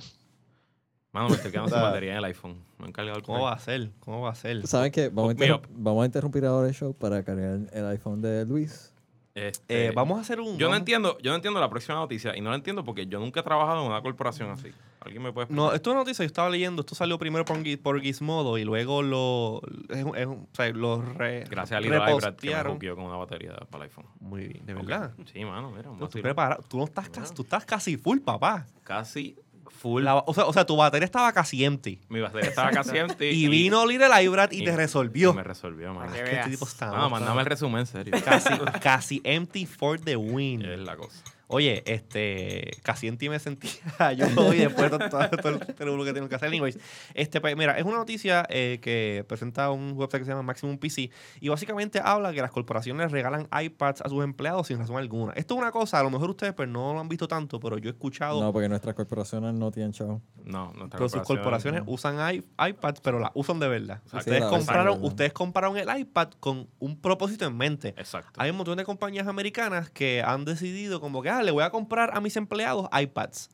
Mano, me estoy quedando sin O sea, batería en el iPhone. Me he cargado el Ah. ¿Cómo va a ser? ¿Cómo va a ser? ¿Saben qué? Vamos, a Hook me interrum- up. vamos a interrumpir ahora el show para cargar el iPhone de Luis. Este, Eh, vamos a hacer un. Yo no vamos- entiendo, yo no entiendo la próxima noticia y no la entiendo porque yo nunca he trabajado en una corporación así. ¿Alguien me puede explicar? No, esto es una noticia, yo estaba leyendo, esto salió primero por, Giz- por Gizmodo y luego lo, es un- es un- o sea, lo re- Gracias a Little Ibrad que me repostearon. jugó con una batería para el iPhone. Muy bien, de verdad. Sí, mano, mira, un Tú, vacilón. preparado, tú, no estás casi, tú estás casi full, papá. casi full. La- o, sea, o sea, tu batería estaba casi empty. Mi batería estaba casi empty. Y vino Little Ibrat y, y- te resolvió. y me Ah, resolvió, mano. Para Es que que veas. este tipo está- No, mandame el resumen, en serio. casi, casi empty for the es win. la cosa. Oye, este, casi empty me sentía yo hoy después de todo, todo el tribulo que tengo que hacer. Anyways, este, pues, mira, es una noticia eh, que presenta un website que se llama Maximum PC y básicamente habla que las corporaciones regalan iPads a sus empleados sin razón alguna. Esto es una cosa, a lo mejor ustedes pues, no lo han visto tanto, pero yo he escuchado No, porque nuestras corporaciones no tienen chavo. No, nuestra Pero sus corporaciones uh, usan i- iPads, pero las usan de verdad. Exacto. Ustedes, Sí, la usan de compraron, verdad. ustedes compraron el iPad con un propósito en mente. Exacto. Hay un montón de compañías americanas que han decidido como que, ah, le voy a comprar a mis empleados iPads.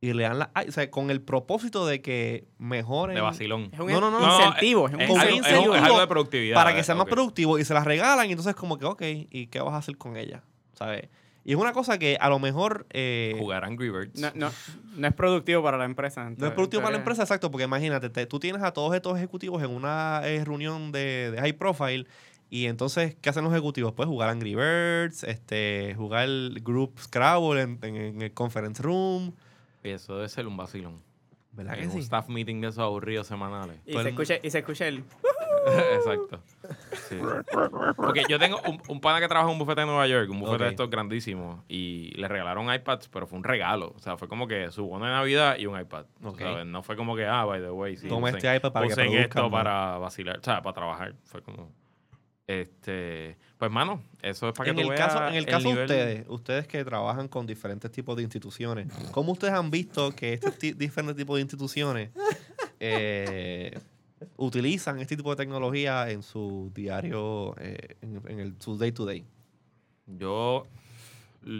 Y le dan la, o sea, con el propósito de que mejoren De vacilón. Es un No, no, no, no, incentivo. Es, es un algo- algo, incentivo. es algo de de productividad. para que sean más productivos y se las regalan. Y entonces como que, ok, ¿y qué vas a hacer con ellas? ¿Sabes? Y es una cosa que a lo mejor... eh, Jugar Angry Birds. No, no, no es productivo para la empresa. No es productivo para la empresa, exacto, porque imagínate, te- tú tienes a todos estos ejecutivos en una eh, reunión de, de high profile y entonces, ¿qué hacen los ejecutivos? Pues jugar Angry Birds, este, jugar el Group Scrabble en, en- en el conference room, Eso debe ser un vacilón. ¿verdad En que un sí? staff meeting de esos aburridos semanales. Y Todo se, el mundo- escucha, y se escucha el... Exacto. Sí. Porque yo tengo un, un pana que trabaja en un bufete en Nueva York, un bufete Ok. de estos grandísimos, y le regalaron iPads, pero fue un regalo. O sea, fue como que su bono de Navidad y un iPad. Ok. ¿sabes? No fue como que, ah, by the way, sí, Toma usen- este iPad para que usen produzcan, esto ¿no? para vacilar, o sea, para trabajar. Fue como... Este, pues, mano, eso es para que En tú el, veas caso, en el caso de nivel- ustedes, ustedes que trabajan con diferentes tipos de instituciones, ¿cómo ustedes han visto que estos ti- diferentes tipos de instituciones eh, utilizan este tipo de tecnología en su diario, eh, en, en el, su day to day? Yo,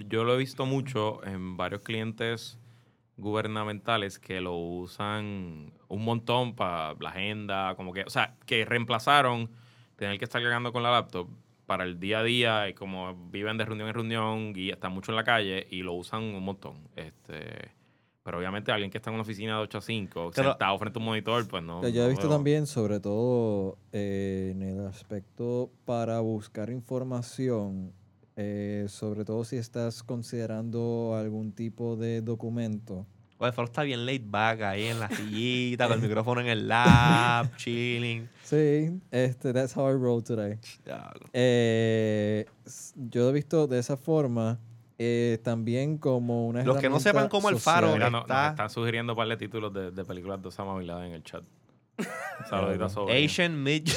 yo lo he visto mucho en varios clientes gubernamentales que lo usan un montón para la agenda, como que, o sea, que reemplazaron tener que estar cargando con la laptop para el día a día y como viven de reunión en reunión y están mucho en la calle y lo usan un montón. Este, pero obviamente alguien que está en una oficina de 8 a 5, Pero- sentado frente a un monitor, pues no. Yo he no visto veo. también, sobre todo eh, en el aspecto para buscar información, eh, sobre todo si estás considerando algún tipo de documento. Oye, Flor está bien laid back ahí en la sillita, con el micrófono en el lap, chilling. Sí, este, that's how I roll today. Diablo. Eh, s- yo lo he visto de esa forma, eh, también como una Los que no herramienta sepan cómo el faro- Mira, social. no- Está- nos están sugiriendo un par de títulos de, de películas de Osama Bin Laden en el chat. Saluditos sobre. Asian mid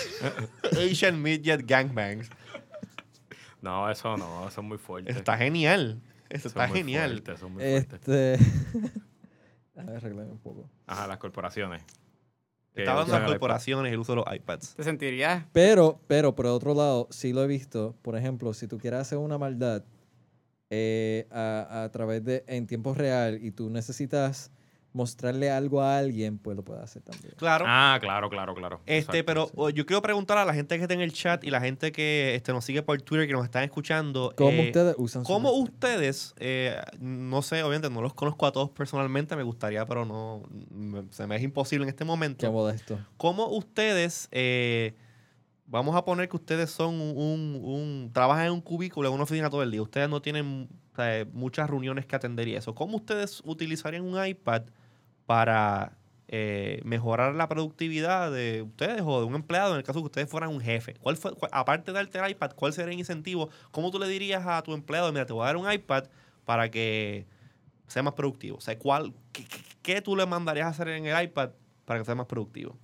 Asian midget gangbangs. No, eso no, eso es muy fuerte. Eso está genial. Eso Eso es está muy genial. fuerte, eso es muy fuerte. Este, a ver, arreglame un poco. Ajá, las corporaciones. Que Está hablando de usan las el iPad. corporaciones y el uso de los iPads. Te sentirías... Pero, pero, por otro lado, sí lo he visto. Por ejemplo, si tú quieres hacer una maldad eh, a, a través de, en tiempo real, y tú necesitas mostrarle algo a alguien, pues lo puedes hacer también. Claro. Ah, claro, claro, claro. Este, Exacto. pero oh, yo quiero preguntar a la gente que está en el chat y la gente que este, nos sigue por Twitter, que nos están escuchando. ¿Cómo eh, ustedes usan su ¿Cómo maldad? ustedes, eh, no sé, obviamente no los conozco a todos personalmente, me gustaría, pero no, me- se me es imposible en este momento. Qué modesto. ¿Cómo ustedes, eh, vamos a poner que ustedes son un, un- un- trabajan en un cubículo, en una oficina todo el día, ustedes no tienen o sea, muchas reuniones que atender y eso, ¿cómo ustedes utilizarían un iPad para eh, mejorar la productividad de ustedes o de un empleado en el caso que ustedes fueran un jefe? ¿Cuál fue, cu- aparte de darte el iPad, cuál sería el incentivo? ¿Cómo tú le dirías a tu empleado, mira, te voy a dar un iPad para que sea más productivo? O sea, ¿cuál, qué, qué- qué tú le mandarías a hacer en el iPad para que sea más productivo?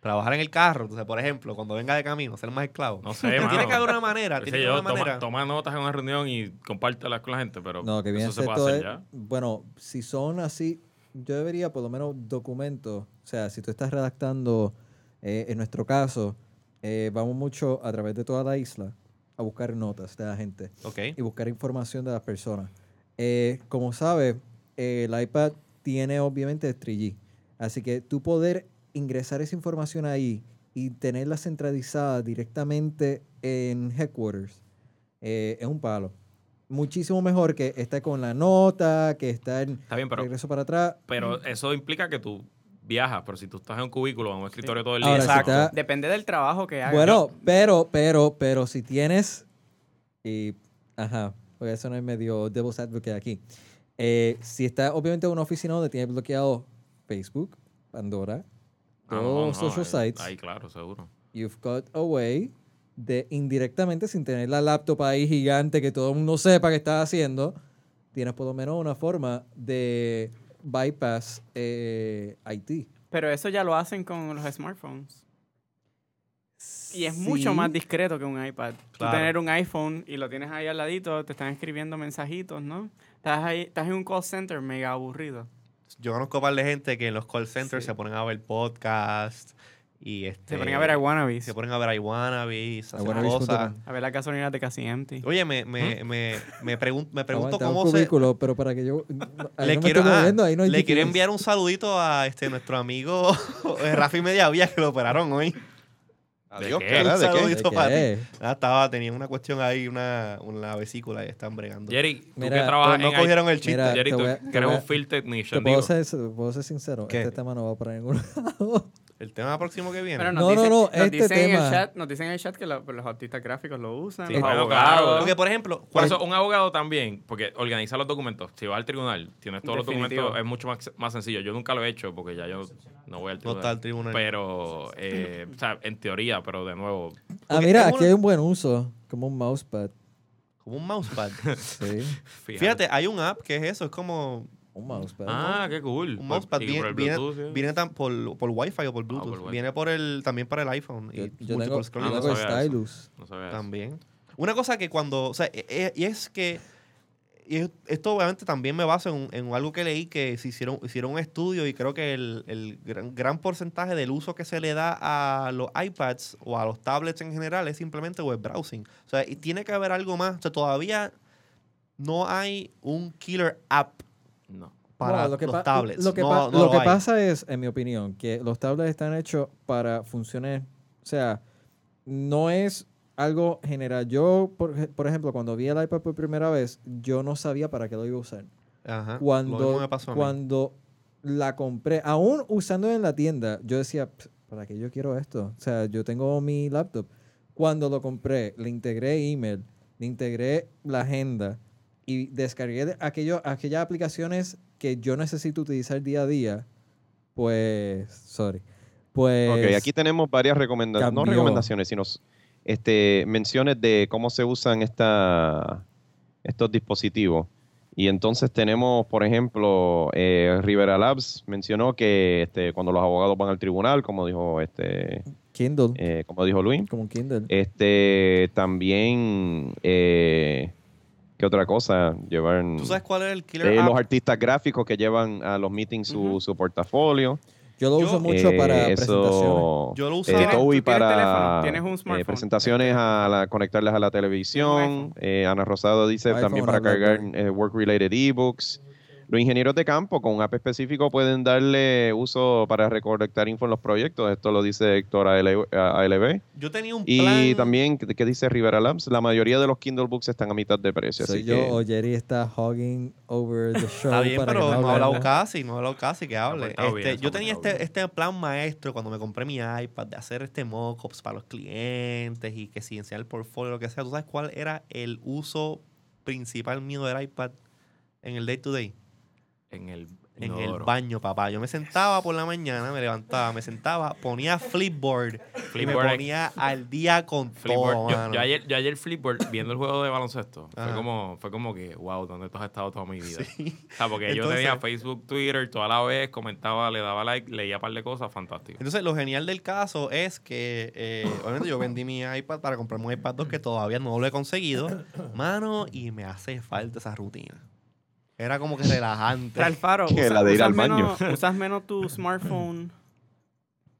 Trabajar en el carro, entonces, por ejemplo, cuando venga de camino, ser más esclavo. No sé, mano. Tiene que haber una manera, Qué tiene sé que yo, haber una toma, manera. toma notas en una reunión y compártelas con la gente, pero No, que bien eso se puede esto hacer es- ya. Bueno, si son así, yo debería por lo menos documentos. O sea, si tú estás redactando, eh, en nuestro caso, eh, vamos mucho a través de toda la isla a buscar notas de la gente. Ok. y buscar información de las personas. Eh, como sabes, el iPad tiene obviamente 3G. Así que tú poder ingresar esa información ahí y tenerla centralizada directamente en headquarters eh, es un palo. Muchísimo mejor que estar con la nota, que estar Está bien, pero, regreso para atrás. pero eso implica que tú viajas, pero si tú estás en un cubículo o en un escritorio todo el día, Ahora, si exacto. está- Depende del trabajo que hagas. Bueno, pero, pero, pero si tienes. Y. Ajá. Porque eso no es medio devil's advocate aquí. Eh, si está obviamente en una oficina donde tienes bloqueado Facebook, Pandora, Ah, no, todos no, social ahí- sites, Ahí, claro, seguro. you've got away de indirectamente, sin tener la laptop ahí gigante que todo el mundo sepa que estás haciendo, tienes por lo menos una forma de bypass eh, IT. Pero eso ya lo hacen con los smartphones. Y es mucho Sí. más discreto que un iPad. Tú Claro. tener un iPhone y lo tienes ahí al ladito, te están escribiendo mensajitos, ¿no? Estás, ahí, estás en un call center mega aburrido. Yo conozco par de gente que en los call centers Sí. se ponen a ver podcasts y este, Se ponen a ver a Wannabes, se ponen a ver a Iwanabis, a hacer Aguanabish.com. cosas. a ver las gasolineras de Casi Empty. Oye, me, me, me, me, pregun- me pregunto Aguanta, un cómo se... cubículo, pero para que yo... ahí Le, no me quiero, estoy ah, moviendo, ahí no hay le quiero GPS. enviar un saludito a este, nuestro amigo eh, Rafi Mediavía que lo operaron hoy. Adiós, qué? cara, ¿de Un qué? saludito. ¿De qué? para Ah, estaba, tenía una cuestión ahí, una, una vesícula y están bregando. Jerry, tú Mira, que Pero trabajas no en cogieron el chiste. Mira, Jerry, te tú voy a- que te eres voy a- un field Te technician, puedo digo. ser, puedo ser sincero, ¿Qué? este tema no va para ningún lado. El tema próximo que viene. Pero No, no, no, nos este dicen En tema. el chat, nos dicen en el chat que lo- los artistas gráficos lo usan, Sí, los bueno, claro. abogados. Porque, por ejemplo, Por cuando- eso, un abogado también, porque organiza los documentos. Si vas al tribunal, tienes todos Definitivo. los documentos, es mucho más, más sencillo. Yo nunca lo he hecho porque ya yo no voy al no tribunal. está el tribunal. uh, Pero, eh, o sea, en teoría, pero de nuevo, Ah, Porque mira, es aquí un- hay un buen uso, como un mousepad. como un mousepad. Sí, Fíjate, hay un app que es eso, es como un mousepad. Ah, qué cool. un mousepad. Y por Viene, el viene, Bluetooth, sí. Ah, viene tan- por, por Wi-Fi o por Bluetooth. por Wi-Fi. viene por el, también para el iPhone. yo, y yo tengo, multiple yo scrolling. Ah, no tengo sabía eso. stylus. No sabía eso. También. Una cosa que cuando. O sea, e- e- y es que. y es- esto obviamente también me baso en, en algo que leí que se hicieron, hicieron un estudio y creo que el, el gran, gran porcentaje del uso que se le da a los iPads o a los tablets en general es simplemente web browsing. O sea, y tiene que haber algo más. O sea, todavía no hay un killer app No. para No, que los pa- tablets. Lo que, No- pa- no lo lo que hay. pasa es, en mi opinión, que los tablets están hechos para funciones, o sea, no es algo general. Yo, por, ej- por ejemplo, cuando vi el iPad por primera vez, yo no sabía para qué lo iba a usar. Ajá. lo mismo cuando, me pasó a mí. cuando la compré, aún usando en la tienda, yo decía, "Pf, ¿para qué yo quiero esto? O sea, yo tengo mi laptop. Cuando lo compré, le integré email, le integré la agenda y descargué de- aquello, aquellas aplicaciones que yo necesito utilizar día a día, pues, sorry. Pues, Ok, aquí tenemos varias recomendaciones, no cambió. recomendaciones, sino s- este, menciones de cómo se usan esta, estos dispositivos. Y entonces tenemos, por ejemplo, eh, Rivera Labs mencionó que este, cuando los abogados van al tribunal, como dijo este, Kindle, eh, como dijo Luis, como un Kindle. eh, este, también, eh, ¿qué otra cosa? Llevan ¿Tú sabes cuál es el killer eh, app? los artistas gráficos que llevan a los meetings su, Ujú. su portafolio. yo lo yo- uso mucho Eh, para eso- presentaciones. Yo lo eh, usaba. Tienes- Toby tú tienes para teléfono, tienes un eh, smartphone. presentaciones, a la- conectarlas a la Tienes un televisión. Eh, Ana Rosado dice iPhone, también para Android. cargar eh, work-related ebooks. Los ingenieros de campo con un app específico pueden darle uso para recolectar info en los proyectos. Esto lo dice Héctor AL- ALB. Yo tenía un plan. Y también, ¿qué qué dice Rivera Labs? La mayoría de los Kindle Books están a mitad de precio. Soy así yo que- o Jerry está hogging over the show. Está bien, para que pero no no ha hablado hablemos. casi, no ha hablado casi que hable. portado bien, Este, se ha yo tenía portado este, este plan maestro cuando me compré mi iPad de hacer este mockups para los clientes y que si enseñar el portfolio, lo que sea. ¿Tú sabes cuál era el uso principal mío del iPad en el day to day? En el, En el inodoro. baño, papá. Yo me sentaba por la mañana, me levantaba, me sentaba, ponía Flipboard, y me Flipboard. ponía al día con Flipboard. todo, Yo- yo, Oh, mano. ayer, yo ayer Flipboard, viendo el juego de baloncesto, fue Ajá. como, fue como que, wow, ¿dónde tú has estado toda mi vida? Sí. O sea, porque yo Entonces- tenía Facebook, Twitter, toda la vez, comentaba, le daba like, leía un par de cosas, fantástico. Entonces, lo genial del caso es que, eh, obviamente, yo vendí mi iPad para comprarme un iPad 2 que todavía no lo he conseguido, mano, y me hace falta esa rutina. Era como que relajante. Alfaro, Que usa- la de ir usas, al baño. menos, usas menos tu smartphone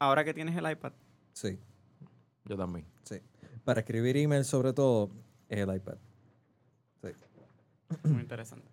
ahora que tienes el iPad. Sí. Yo también. Para escribir email, sobre todo, es el iPad. Muy interesante.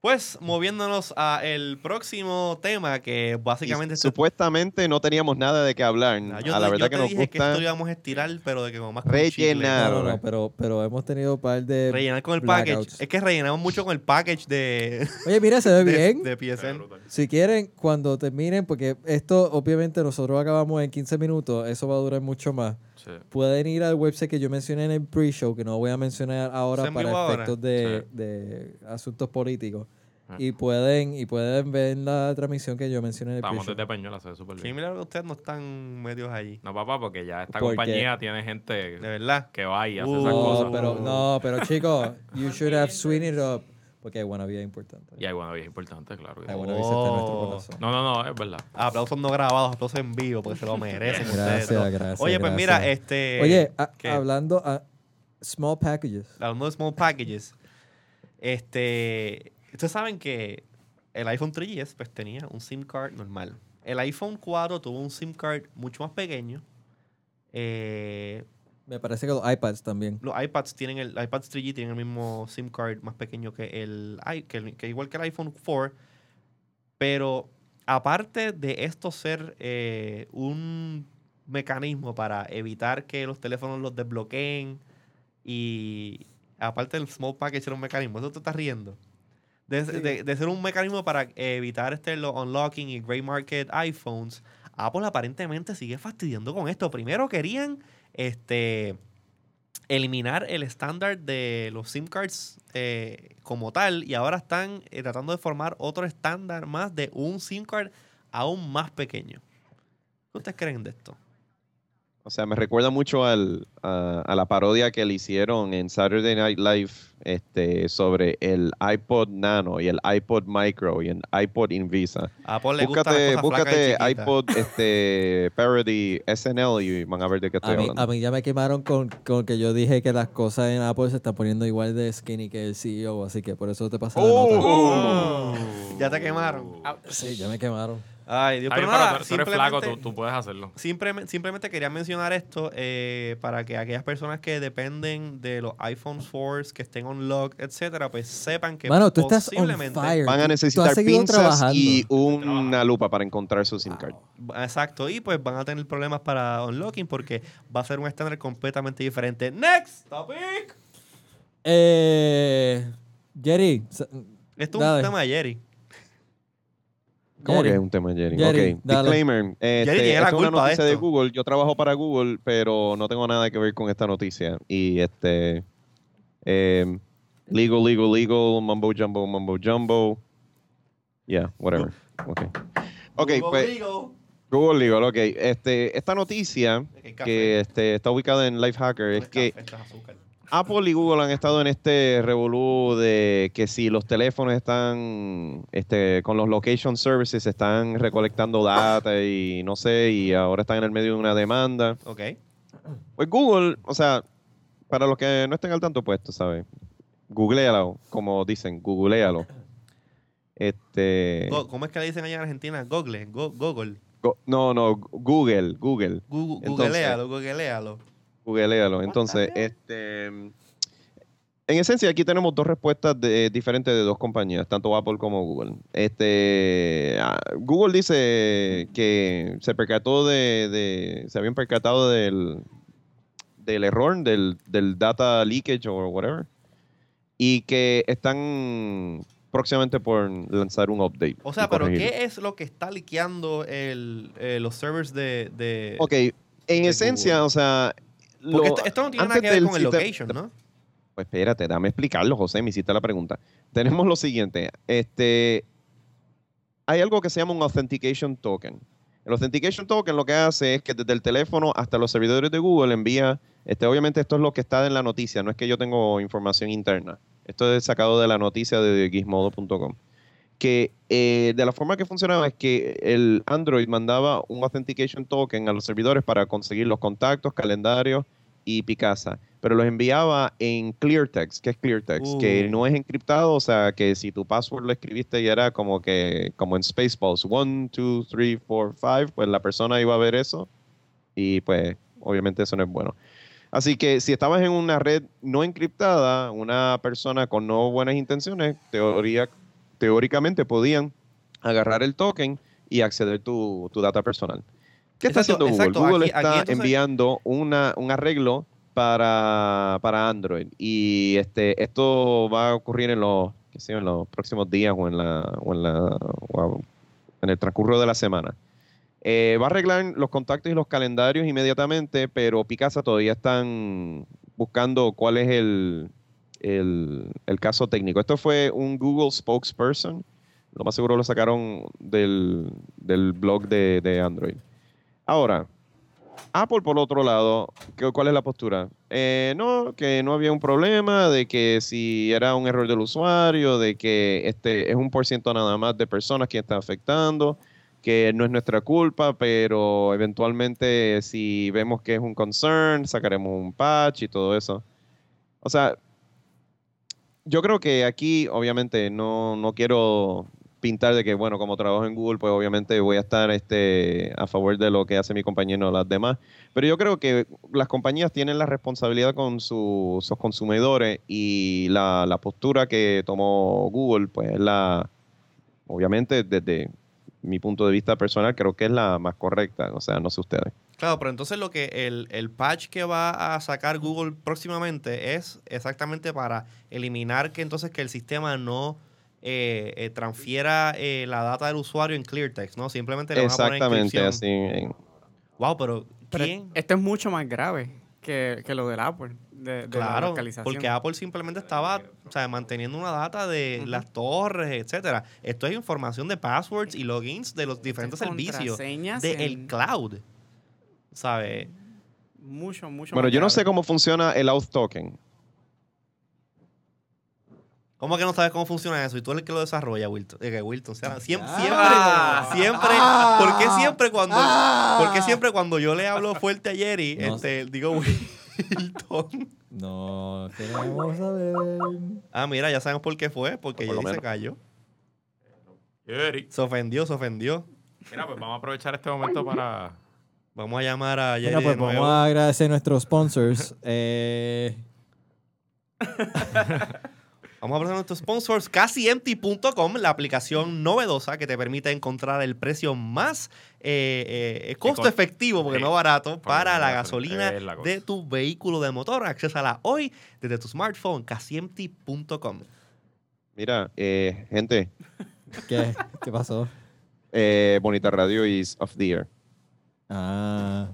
Pues moviéndonos a el próximo tema que básicamente Y esto- supuestamente no teníamos nada de qué hablar. Ah, a la te- verdad te que nos dije que esto gusta. lo íbamos a estirar, pero de que como más Rellenar. Rellenar. No, no, Ahora. no, pero, pero hemos tenido un par de... Rellenar con el package. Blackouts. Es que rellenamos mucho con el package de, Oye, mira, se de, ve bien. de Se ve PSN. brutal. Si quieren, cuando terminen, porque esto obviamente nosotros acabamos en 15 minutos, eso va a durar mucho más. Sí. Pueden ir al website que yo mencioné en el pre-show, que no voy a mencionar ¿Se ahora en para vivo ahora? efectos de, Sí. de asuntos políticos. Ah. Y pueden, y pueden ver la transmisión que yo mencioné en el Estamos pre-show. desde Peñuela, se ve súper Qué bien. milagro que ustedes no están medios allí. No, papá, porque ya esta Porque- compañía tiene gente De verdad. que va y hace Uh, esas cosas. No, pero, no, pero chicos, you should have swinged it up. Porque hay buena vida importante. Y hay Wannabe es importante, claro. que Hay sí. buena vida está en nuestro Oh. corazón. No, no, no, es verdad. Aplausos no grabados, aplausos en vivo, porque se lo merecen ustedes. Gracias, ¿no? gracias, Oye, pues gracias. mira, este. Oye, a- ¿qué? hablando a small packages. Hablando de small packages. Este. Ustedes saben que el iPhone 3GS pues, tenía un SIM card normal. El iPhone 4 tuvo un SIM card mucho más pequeño. Eh, Me parece que los iPads también. los iPads tienen el iPads 3G tienen el mismo SIM card más pequeño que el i- que, el- que igual que el iPhone 4, pero aparte de esto ser eh, un mecanismo para evitar que los teléfonos los desbloqueen y aparte del small package era un mecanismo, eso te estás riendo. De, de- de ser un mecanismo para evitar este lo- unlocking y gray market iPhones, Apple aparentemente sigue fastidiando con esto. Primero querían este eliminar el estándar de los SIM cards eh, como tal y ahora están eh, tratando de formar otro estándar más de un SIM card aún más pequeño. ¿Qué ustedes creen de esto? O sea, me recuerda mucho al, a, a la parodia que le hicieron en Saturday Night Live este, sobre el iPod Nano y el iPod Micro y el iPod Invisa. A Apple le gustan Búscate, las cosas flacas y búscate chiquitas. iPod este, Parody SNL y van a ver de qué estoy A mí, hablando. a mí ya me quemaron con, con que yo dije que las cosas en Apple se están poniendo igual de skinny que el CEO, así que por eso te pasé la Oh. nota. Uh. Oh. Uh. Ya te quemaron. Sí, ya me quemaron. Ay, Dios, Está pero bien, nada, pero tú- tú eres flaco, tú, simplemente- tú puedes hacerlo. Simplemente, simplemente quería mencionar esto eh, para que aquellas personas que dependen de los iPhone 4 que estén on lock, etcétera, pues sepan que Mano, tú estás on posiblemente fire. Van Tú- a tú necesitar has seguido pinzas trabajando. y una lupa para encontrar su SIM card. Exacto, y pues van a tener problemas para unlocking porque va a ser un estándar completamente diferente. Next topic. Eh, Jerry. sa- Esto es Dale. un tema de Jerry. ¿Cómo Jerry, que es un tema, Jerry? Jerry, ok, dale. disclaimer. Este, Jerry tiene la esta es una culpa de noticia de, esto. Google. Yo trabajo para Google, pero no tengo nada que ver con esta noticia. Y este. eh, legal, legal, legal. Mumbo jumbo, mumbo jumbo. Yeah, whatever. Ok. Ok, Go, pues. Rigo. Google Legal, ok. Este, esta noticia Ok, café. que este, está ubicada en Lifehacker es que Café, esto es azúcar. Apple y Google han estado en este revolú de que si los teléfonos están este, con los location services, están recolectando data y no sé, y ahora están en el medio de una demanda. Ok. Pues Google, o sea, para los que no estén al tanto, pues tú sabes, googlealo, como dicen, googlealo. Este, Go- ¿Cómo es que le dicen allá en Argentina? Google, go- Google. go- no, no, Google, Google. Gu- Entonces- Googlealo, googlealo. Googlealo. Entonces, este, en esencia, aquí tenemos dos respuestas de- diferentes de dos compañías, tanto Apple como Google. Este, ah, Google dice que se percató de, de- se habían percatado del, del error, del, del data leakage o whatever, y que están próximamente por lanzar un update. O sea, y pero corregirlo. ¿qué es lo que está liqueando el, eh, los servers de. de- Ok, en de esencia, Google? o sea... Porque lo- esto, esto no tiene nada antes que ver del con el sistema- location, ¿no? Pues espérate, dame explicarlo, José, me hiciste la pregunta. Tenemos lo siguiente, este, hay algo que se llama un authentication token. El authentication token lo que hace es que desde el teléfono hasta los servidores de Google envía, este, obviamente esto es lo que está en la noticia, no es que yo tengo información interna. Esto es sacado de la noticia de gizmodo.com. Que eh, de la forma que funcionaba es que el Android mandaba un authentication token a los servidores para conseguir los contactos, calendarios y Picasa, pero los enviaba en clear text, que es clear text, que Uh. no es encriptado, o sea, que si tu password lo escribiste y era como que como en Spaceballs, 1 2 3 4 5, pues la persona iba a ver eso y pues obviamente eso no es bueno. Así que si estabas en una red no encriptada, una persona con no buenas intenciones, teoría teóricamente podían agarrar el token y acceder tu, tu data personal. ¿Qué está Exacto, haciendo exacto. Google? Google Aquí- está aquí entonces- enviando una, un arreglo para, para Android y este esto va a ocurrir en los, qué sé yo, en los próximos días o en la, o en la o en el transcurso de la semana. Eh, va a arreglar los contactos y los calendarios inmediatamente, pero Picasa todavía están buscando cuál es el, el, el caso técnico. Esto fue un Google spokesperson. Lo más seguro lo sacaron del, del blog de, de Android. Ahora, Apple por otro lado, ¿qué- ¿cuál es la postura? Eh, no, que no había un problema, de que si era un error del usuario, de que este es un por ciento nada más de personas que está afectando, que no es nuestra culpa, pero eventualmente si vemos que es un concern, sacaremos un patch y todo eso. O sea, yo creo que aquí obviamente no, no quiero pintar de que, bueno, como trabajo en Google, pues obviamente voy a estar este, a favor de lo que hace mi compañero o las demás. Pero yo creo que las compañías tienen la responsabilidad con su- sus consumidores y la, la postura que tomó Google, pues es la, obviamente desde mi punto de vista personal, creo que es la más correcta. O sea, no sé ustedes. Claro, pero entonces lo que el, el patch que va a sacar Google próximamente es exactamente para eliminar que entonces que el sistema no eh, eh, transfiera eh, la data del usuario en clear text, ¿no? Simplemente le van a poner Exactamente, inscripción. así. en- Wow, pero Pero ¿quién? esto es mucho más grave que, que lo del Apple, de, de la Claro, localización. porque Apple simplemente estaba o sea, manteniendo una data de las torres, etcétera. Esto es información de passwords y logins de los diferentes servicios Contraseñas del en cloud, ¿sabes? Mucho, mucho Bueno, más yo no grave. sé cómo funciona el auth token. ¿Cómo que no sabes cómo funciona eso? Y tú eres el que lo desarrolla, Wilton. Eh, que Wilton. o sea, siem- siempre, Ah. siempre. Ah. ¿Por qué siempre cuando, Ah. por qué siempre cuando yo le hablo fuerte a Jerry, No este, digo Wilton? No, queremos saber. Ah, mira, ya sabemos por qué fue, porque Por lo Jerry se menos. cayó. Jerry. Se ofendió, se ofendió. Mira, pues vamos a aprovechar este momento para. Vamos a llamar a Jerry Bueno, de pues nuevo. vamos a agradecer a nuestros sponsors. Eh, Vamos a hablar de nuestros sponsors, casiempty.com, la aplicación novedosa que te permite encontrar el precio más eh, eh, costo Econ- efectivo, porque Sí. no barato, Porque para no la barato, gasolina es la cosa. de tu vehículo de motor. Accésala hoy desde tu smartphone, casiempty.com. Mira, eh, gente, ¿qué, ¿Qué pasó? eh, Bonita Radio is off the air. Ah,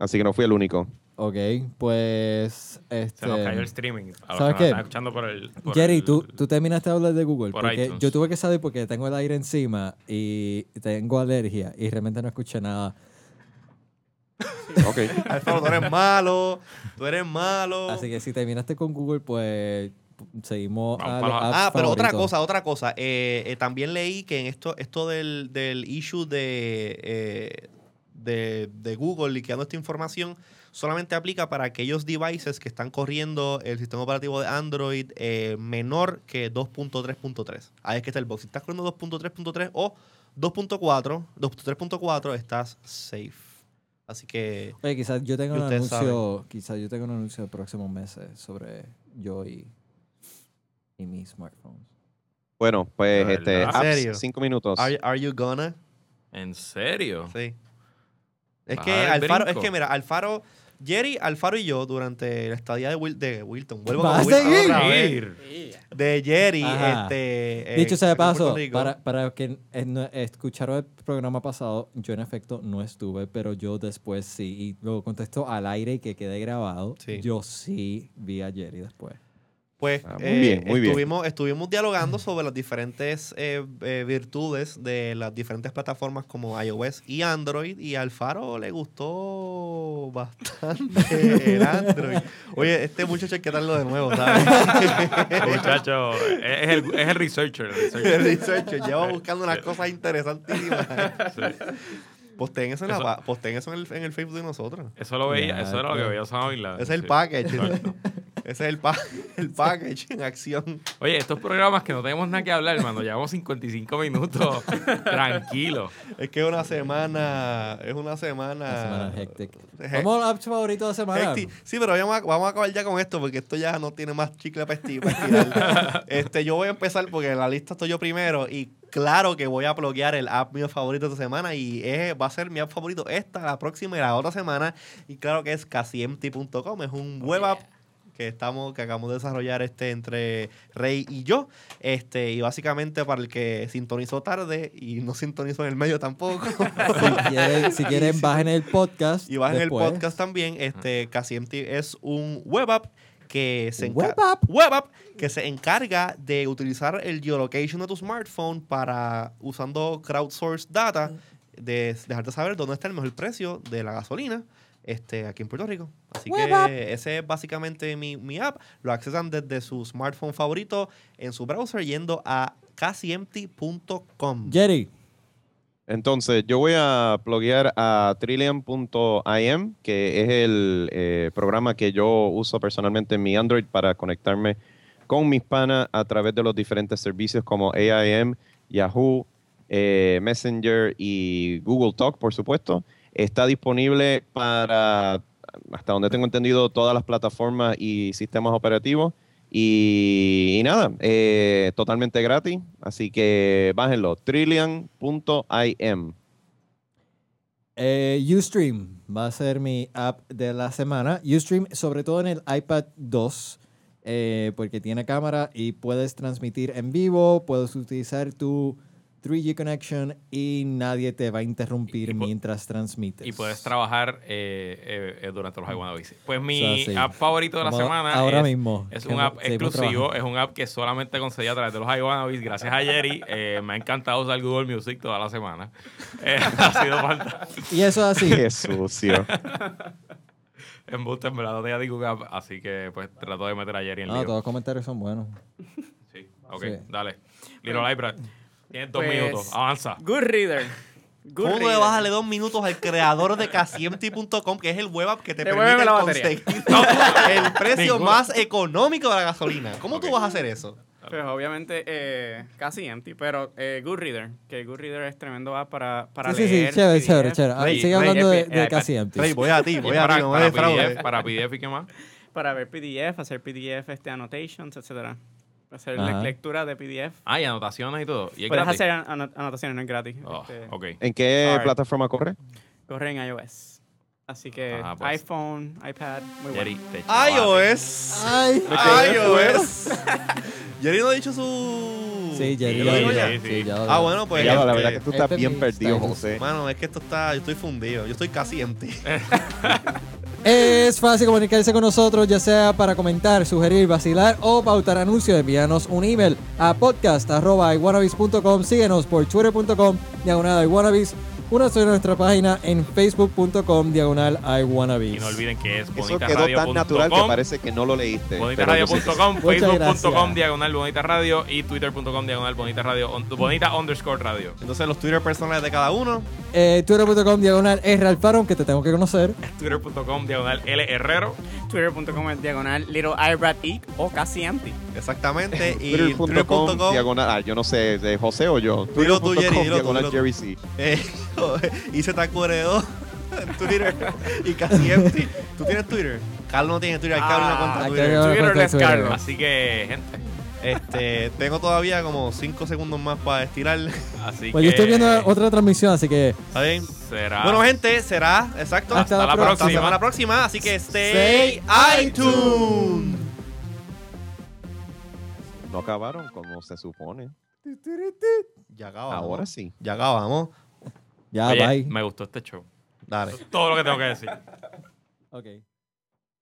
Así que no fui el único. ok, pues. Este, Se nos cayó el streaming. A los ¿sabes que nos qué? están escuchando por el. por Jerry, el- tú, tú terminaste de hablar de Google. por porque iTunes. yo tuve que salir porque tengo el aire encima y tengo alergia y realmente no escuché nada. Ok. Alfaro, tú eres malo, tú eres malo. Así que si terminaste con Google, pues seguimos Vamos a para los los- apps Ah, pero otra favoritos. cosa, otra cosa. Eh, eh, también leí que en esto, esto del, del issue de, eh, de, de Google liqueando esta información solamente aplica para aquellos devices que están corriendo el sistema operativo de Android eh, menor que 2.3.3. Ahí es que está el box. Si estás corriendo 2.3.3 o 2.4, 2.3.4 estás safe. Así que... Oye, Pues, quizás yo tenga Y un ustedes anuncio, quizás yo tenga un anuncio de próximos meses sobre yo y, y mis smartphones. Bueno, pues De este, verdad. ¿En apps, serio? cinco minutos. Are, are you gonna? ¿En serio? Sí. Es Vas que a dar el Alfaro, es brinco. que mira, Alfaro, Jerry, Alfaro y yo durante la estadía de, Wil- de Wilton, vuelvo ¿Vas con a Wilton Ah, seguir? otra vez, de Jerry, Ajá. este, eh, Dicho sea de en Puerto paso, Rico. para, para que eh, no- escucharon el programa pasado, yo en efecto no estuve, pero yo después sí, y lo contesto al aire y que quede grabado, Sí. yo sí vi a Jerry después. pues Ah, muy eh, bien, muy bien. estuvimos, estuvimos dialogando sobre las diferentes eh, eh, virtudes de las diferentes plataformas como iOS y Android y a Alfaro le gustó bastante el Android. Oye, este muchacho hay que darlo de nuevo, ¿sabes? Muchacho, es el, es el researcher. el El researcher. researcher lleva buscando unas cosas interesantísimas. Sí. Posteen eso en, la Eso- pa- posteen eso en, el, en el Facebook de nosotros. Eso lo veía, eso era lo que veía Osama Bin Laden. Ese es el Ah, sí. package. Exacto. Ese es el, pa- el package en acción. Oye, estos programas que no tenemos nada que hablar, hermano, llevamos 55 minutos. Tranquilo. Es que es una semana. Es una semana. La semana hectic. He- Vamos al app favorito de la semana. Hectic. Sí, pero vamos a, vamos a acabar ya con esto porque esto ya no tiene más chicle para esti- para estirar. este, yo voy a empezar porque en la lista estoy yo primero y claro que voy a bloquear el app mío favorito esta semana y es- va a ser mi app favorito esta, la próxima y la otra semana. Y claro que es casiempty.com, es un web app que estamos que acabamos de desarrollar este entre Rey y yo este y básicamente para el que sintonizó tarde y no sintonizó en el medio tampoco Si quieren, si quieren, bajen el podcast. y bajen después. el podcast también. Este, Casi Empty es un web app que se encarga. Web app. Web app que se encarga de utilizar el geolocation de tu smartphone para usando crowdsource data de dejarte saber dónde está el mejor precio de la gasolina. Este, aquí en Puerto Rico. Así Web que app. ese es básicamente mi, mi app. Lo accesan desde su smartphone favorito en su browser yendo a casiempty.com. Jerry, Entonces, yo voy a pluguear a Trillium.im, que es el eh, programa que yo uso personalmente en mi Android para conectarme con mis panas a través de los diferentes servicios como AIM, Yahoo, eh, Messenger y Google Talk, por supuesto. Está disponible para, hasta donde tengo entendido, todas las plataformas y sistemas operativos. Y, y nada, eh, totalmente gratis. Así que bájenlo, trillion.im. eh, Ustream va a ser mi app de la semana. Ustream, sobre todo en el iPad 2, eh, porque tiene cámara y puedes transmitir en vivo, puedes utilizar tu 3G connection y nadie te va a interrumpir Y- y pu- mientras transmites. Y puedes trabajar eh, eh, eh, durante los iWannabes. Pues mi Eso así. app favorito de la Vamos semana Ahora es, mismo. es que un app seguimos exclusivo, es un app que solamente conseguí a través de los iWannabes. Gracias a Jerry, eh, me ha encantado usar Google Music toda la semana. Eh, ha sido fantástico. trabajando. Y eso es así. Qué sucio. En Boot, en verdad, no tenía ningún app, así que pues trato de meter a Jerry en No, lío. todos los comentarios son buenos. Sí, ok, Sí. dale. Little Library, tienes dos Pues- minutos, avanza. Good Reader. Good ¿Cómo tú le Reader. vas a darle dos minutos al creador de casiempty.com, que es el web app que te Devuélveme permite la batería. conseguir el precio Ninguno. más económico de la gasolina? ¿Cómo Ok. tú vas a hacer eso? Pues obviamente eh, casi empty, pero eh, Good Reader, que Good Reader es tremendo app para, para sí, sí, leer. sí, chévere, PDF. chévere, chévere. Ah, Rey, Sigue Rey, hablando de, eh, de eh, casi empty. Rey, voy a ti, Y voy a ti, para, no me para, eh, defraudes. PDF, para PDF y qué más. Para ver PDF, hacer PDF, este, annotations, etcétera. Hacer Ajá. le- lectura de PDF. Ah, y anotaciones y todo. Y es Puedes gratis. hacer an- ano- anotaciones, no es gratis. Oh, Este, ok. ¿En qué Sorry. plataforma corre? Corre en iOS. Así que Ah, pues. iPhone, iPad, muy Jerry, bueno. te chavaste. iOS. Ay, iOS. Jerry no ha dicho su. Sí, Jerry. Sí, ya, sí, ya, sí, sí, sí. ya, Ah, ya. bueno, pues. Ya, la este, verdad que tú este estás es mi bien perdido, style. José. Mano, es que esto está. Yo estoy fundido. Yo estoy casi empty. Es fácil comunicarse con nosotros, ya sea para comentar, sugerir, vacilar o pautar anuncios. Envíanos un email a podcast.iwanabis.com. Síguenos por twitter.com, diagonal iwanabis. Una de nuestra página en facebook.com, diagonal iwanabis. Y no olviden que es Eso quedó tan natural que bonitarradio.com, parece que no lo leíste. pero yo sé que sí. bonitarradio.com, facebook.com gracias. diagonal bonita radio y twitter.com diagonal bonita radio on- bonita underscore radio. Entonces, los Twitter personales de cada uno. Eh, twitter.com, diagonal es Ralfaron, que te tengo que conocer. Twitter.com diagonal L Herrero. Pues, Twitter.com es diagonal Little Ibrad Eat o casi empty. Exactamente. Y Twitter.com Twitter.com. diagonal. Ah, yo no sé, de José o yo. Dilo tú, Jerry, dilo tú, dilo diagonal tú. Jerry C. Eh, y se te acureó en Twitter y casi empty. ¿Tú tienes Twitter? Carlos no tiene Twitter, hay que abrir una Ah, cuenta hay de que Twitter. abrir Twitter cuenta de pues, es Twitter. Carlos. Así que, gente. Este, tengo todavía como 5 segundos más para estirar. Así que. Pues yo estoy viendo otra transmisión, así que ¿Está bien? Será. Bueno, gente, será exacto. Hasta la próxima. la semana próxima, así que stay, Stay iTunes. No acabaron como se supone. Ya acabamos. Ahora sí. Ya acabamos. ya, Oye, bye. Ah, me gustó este show. Dale. Todo lo que tengo que decir. Ok.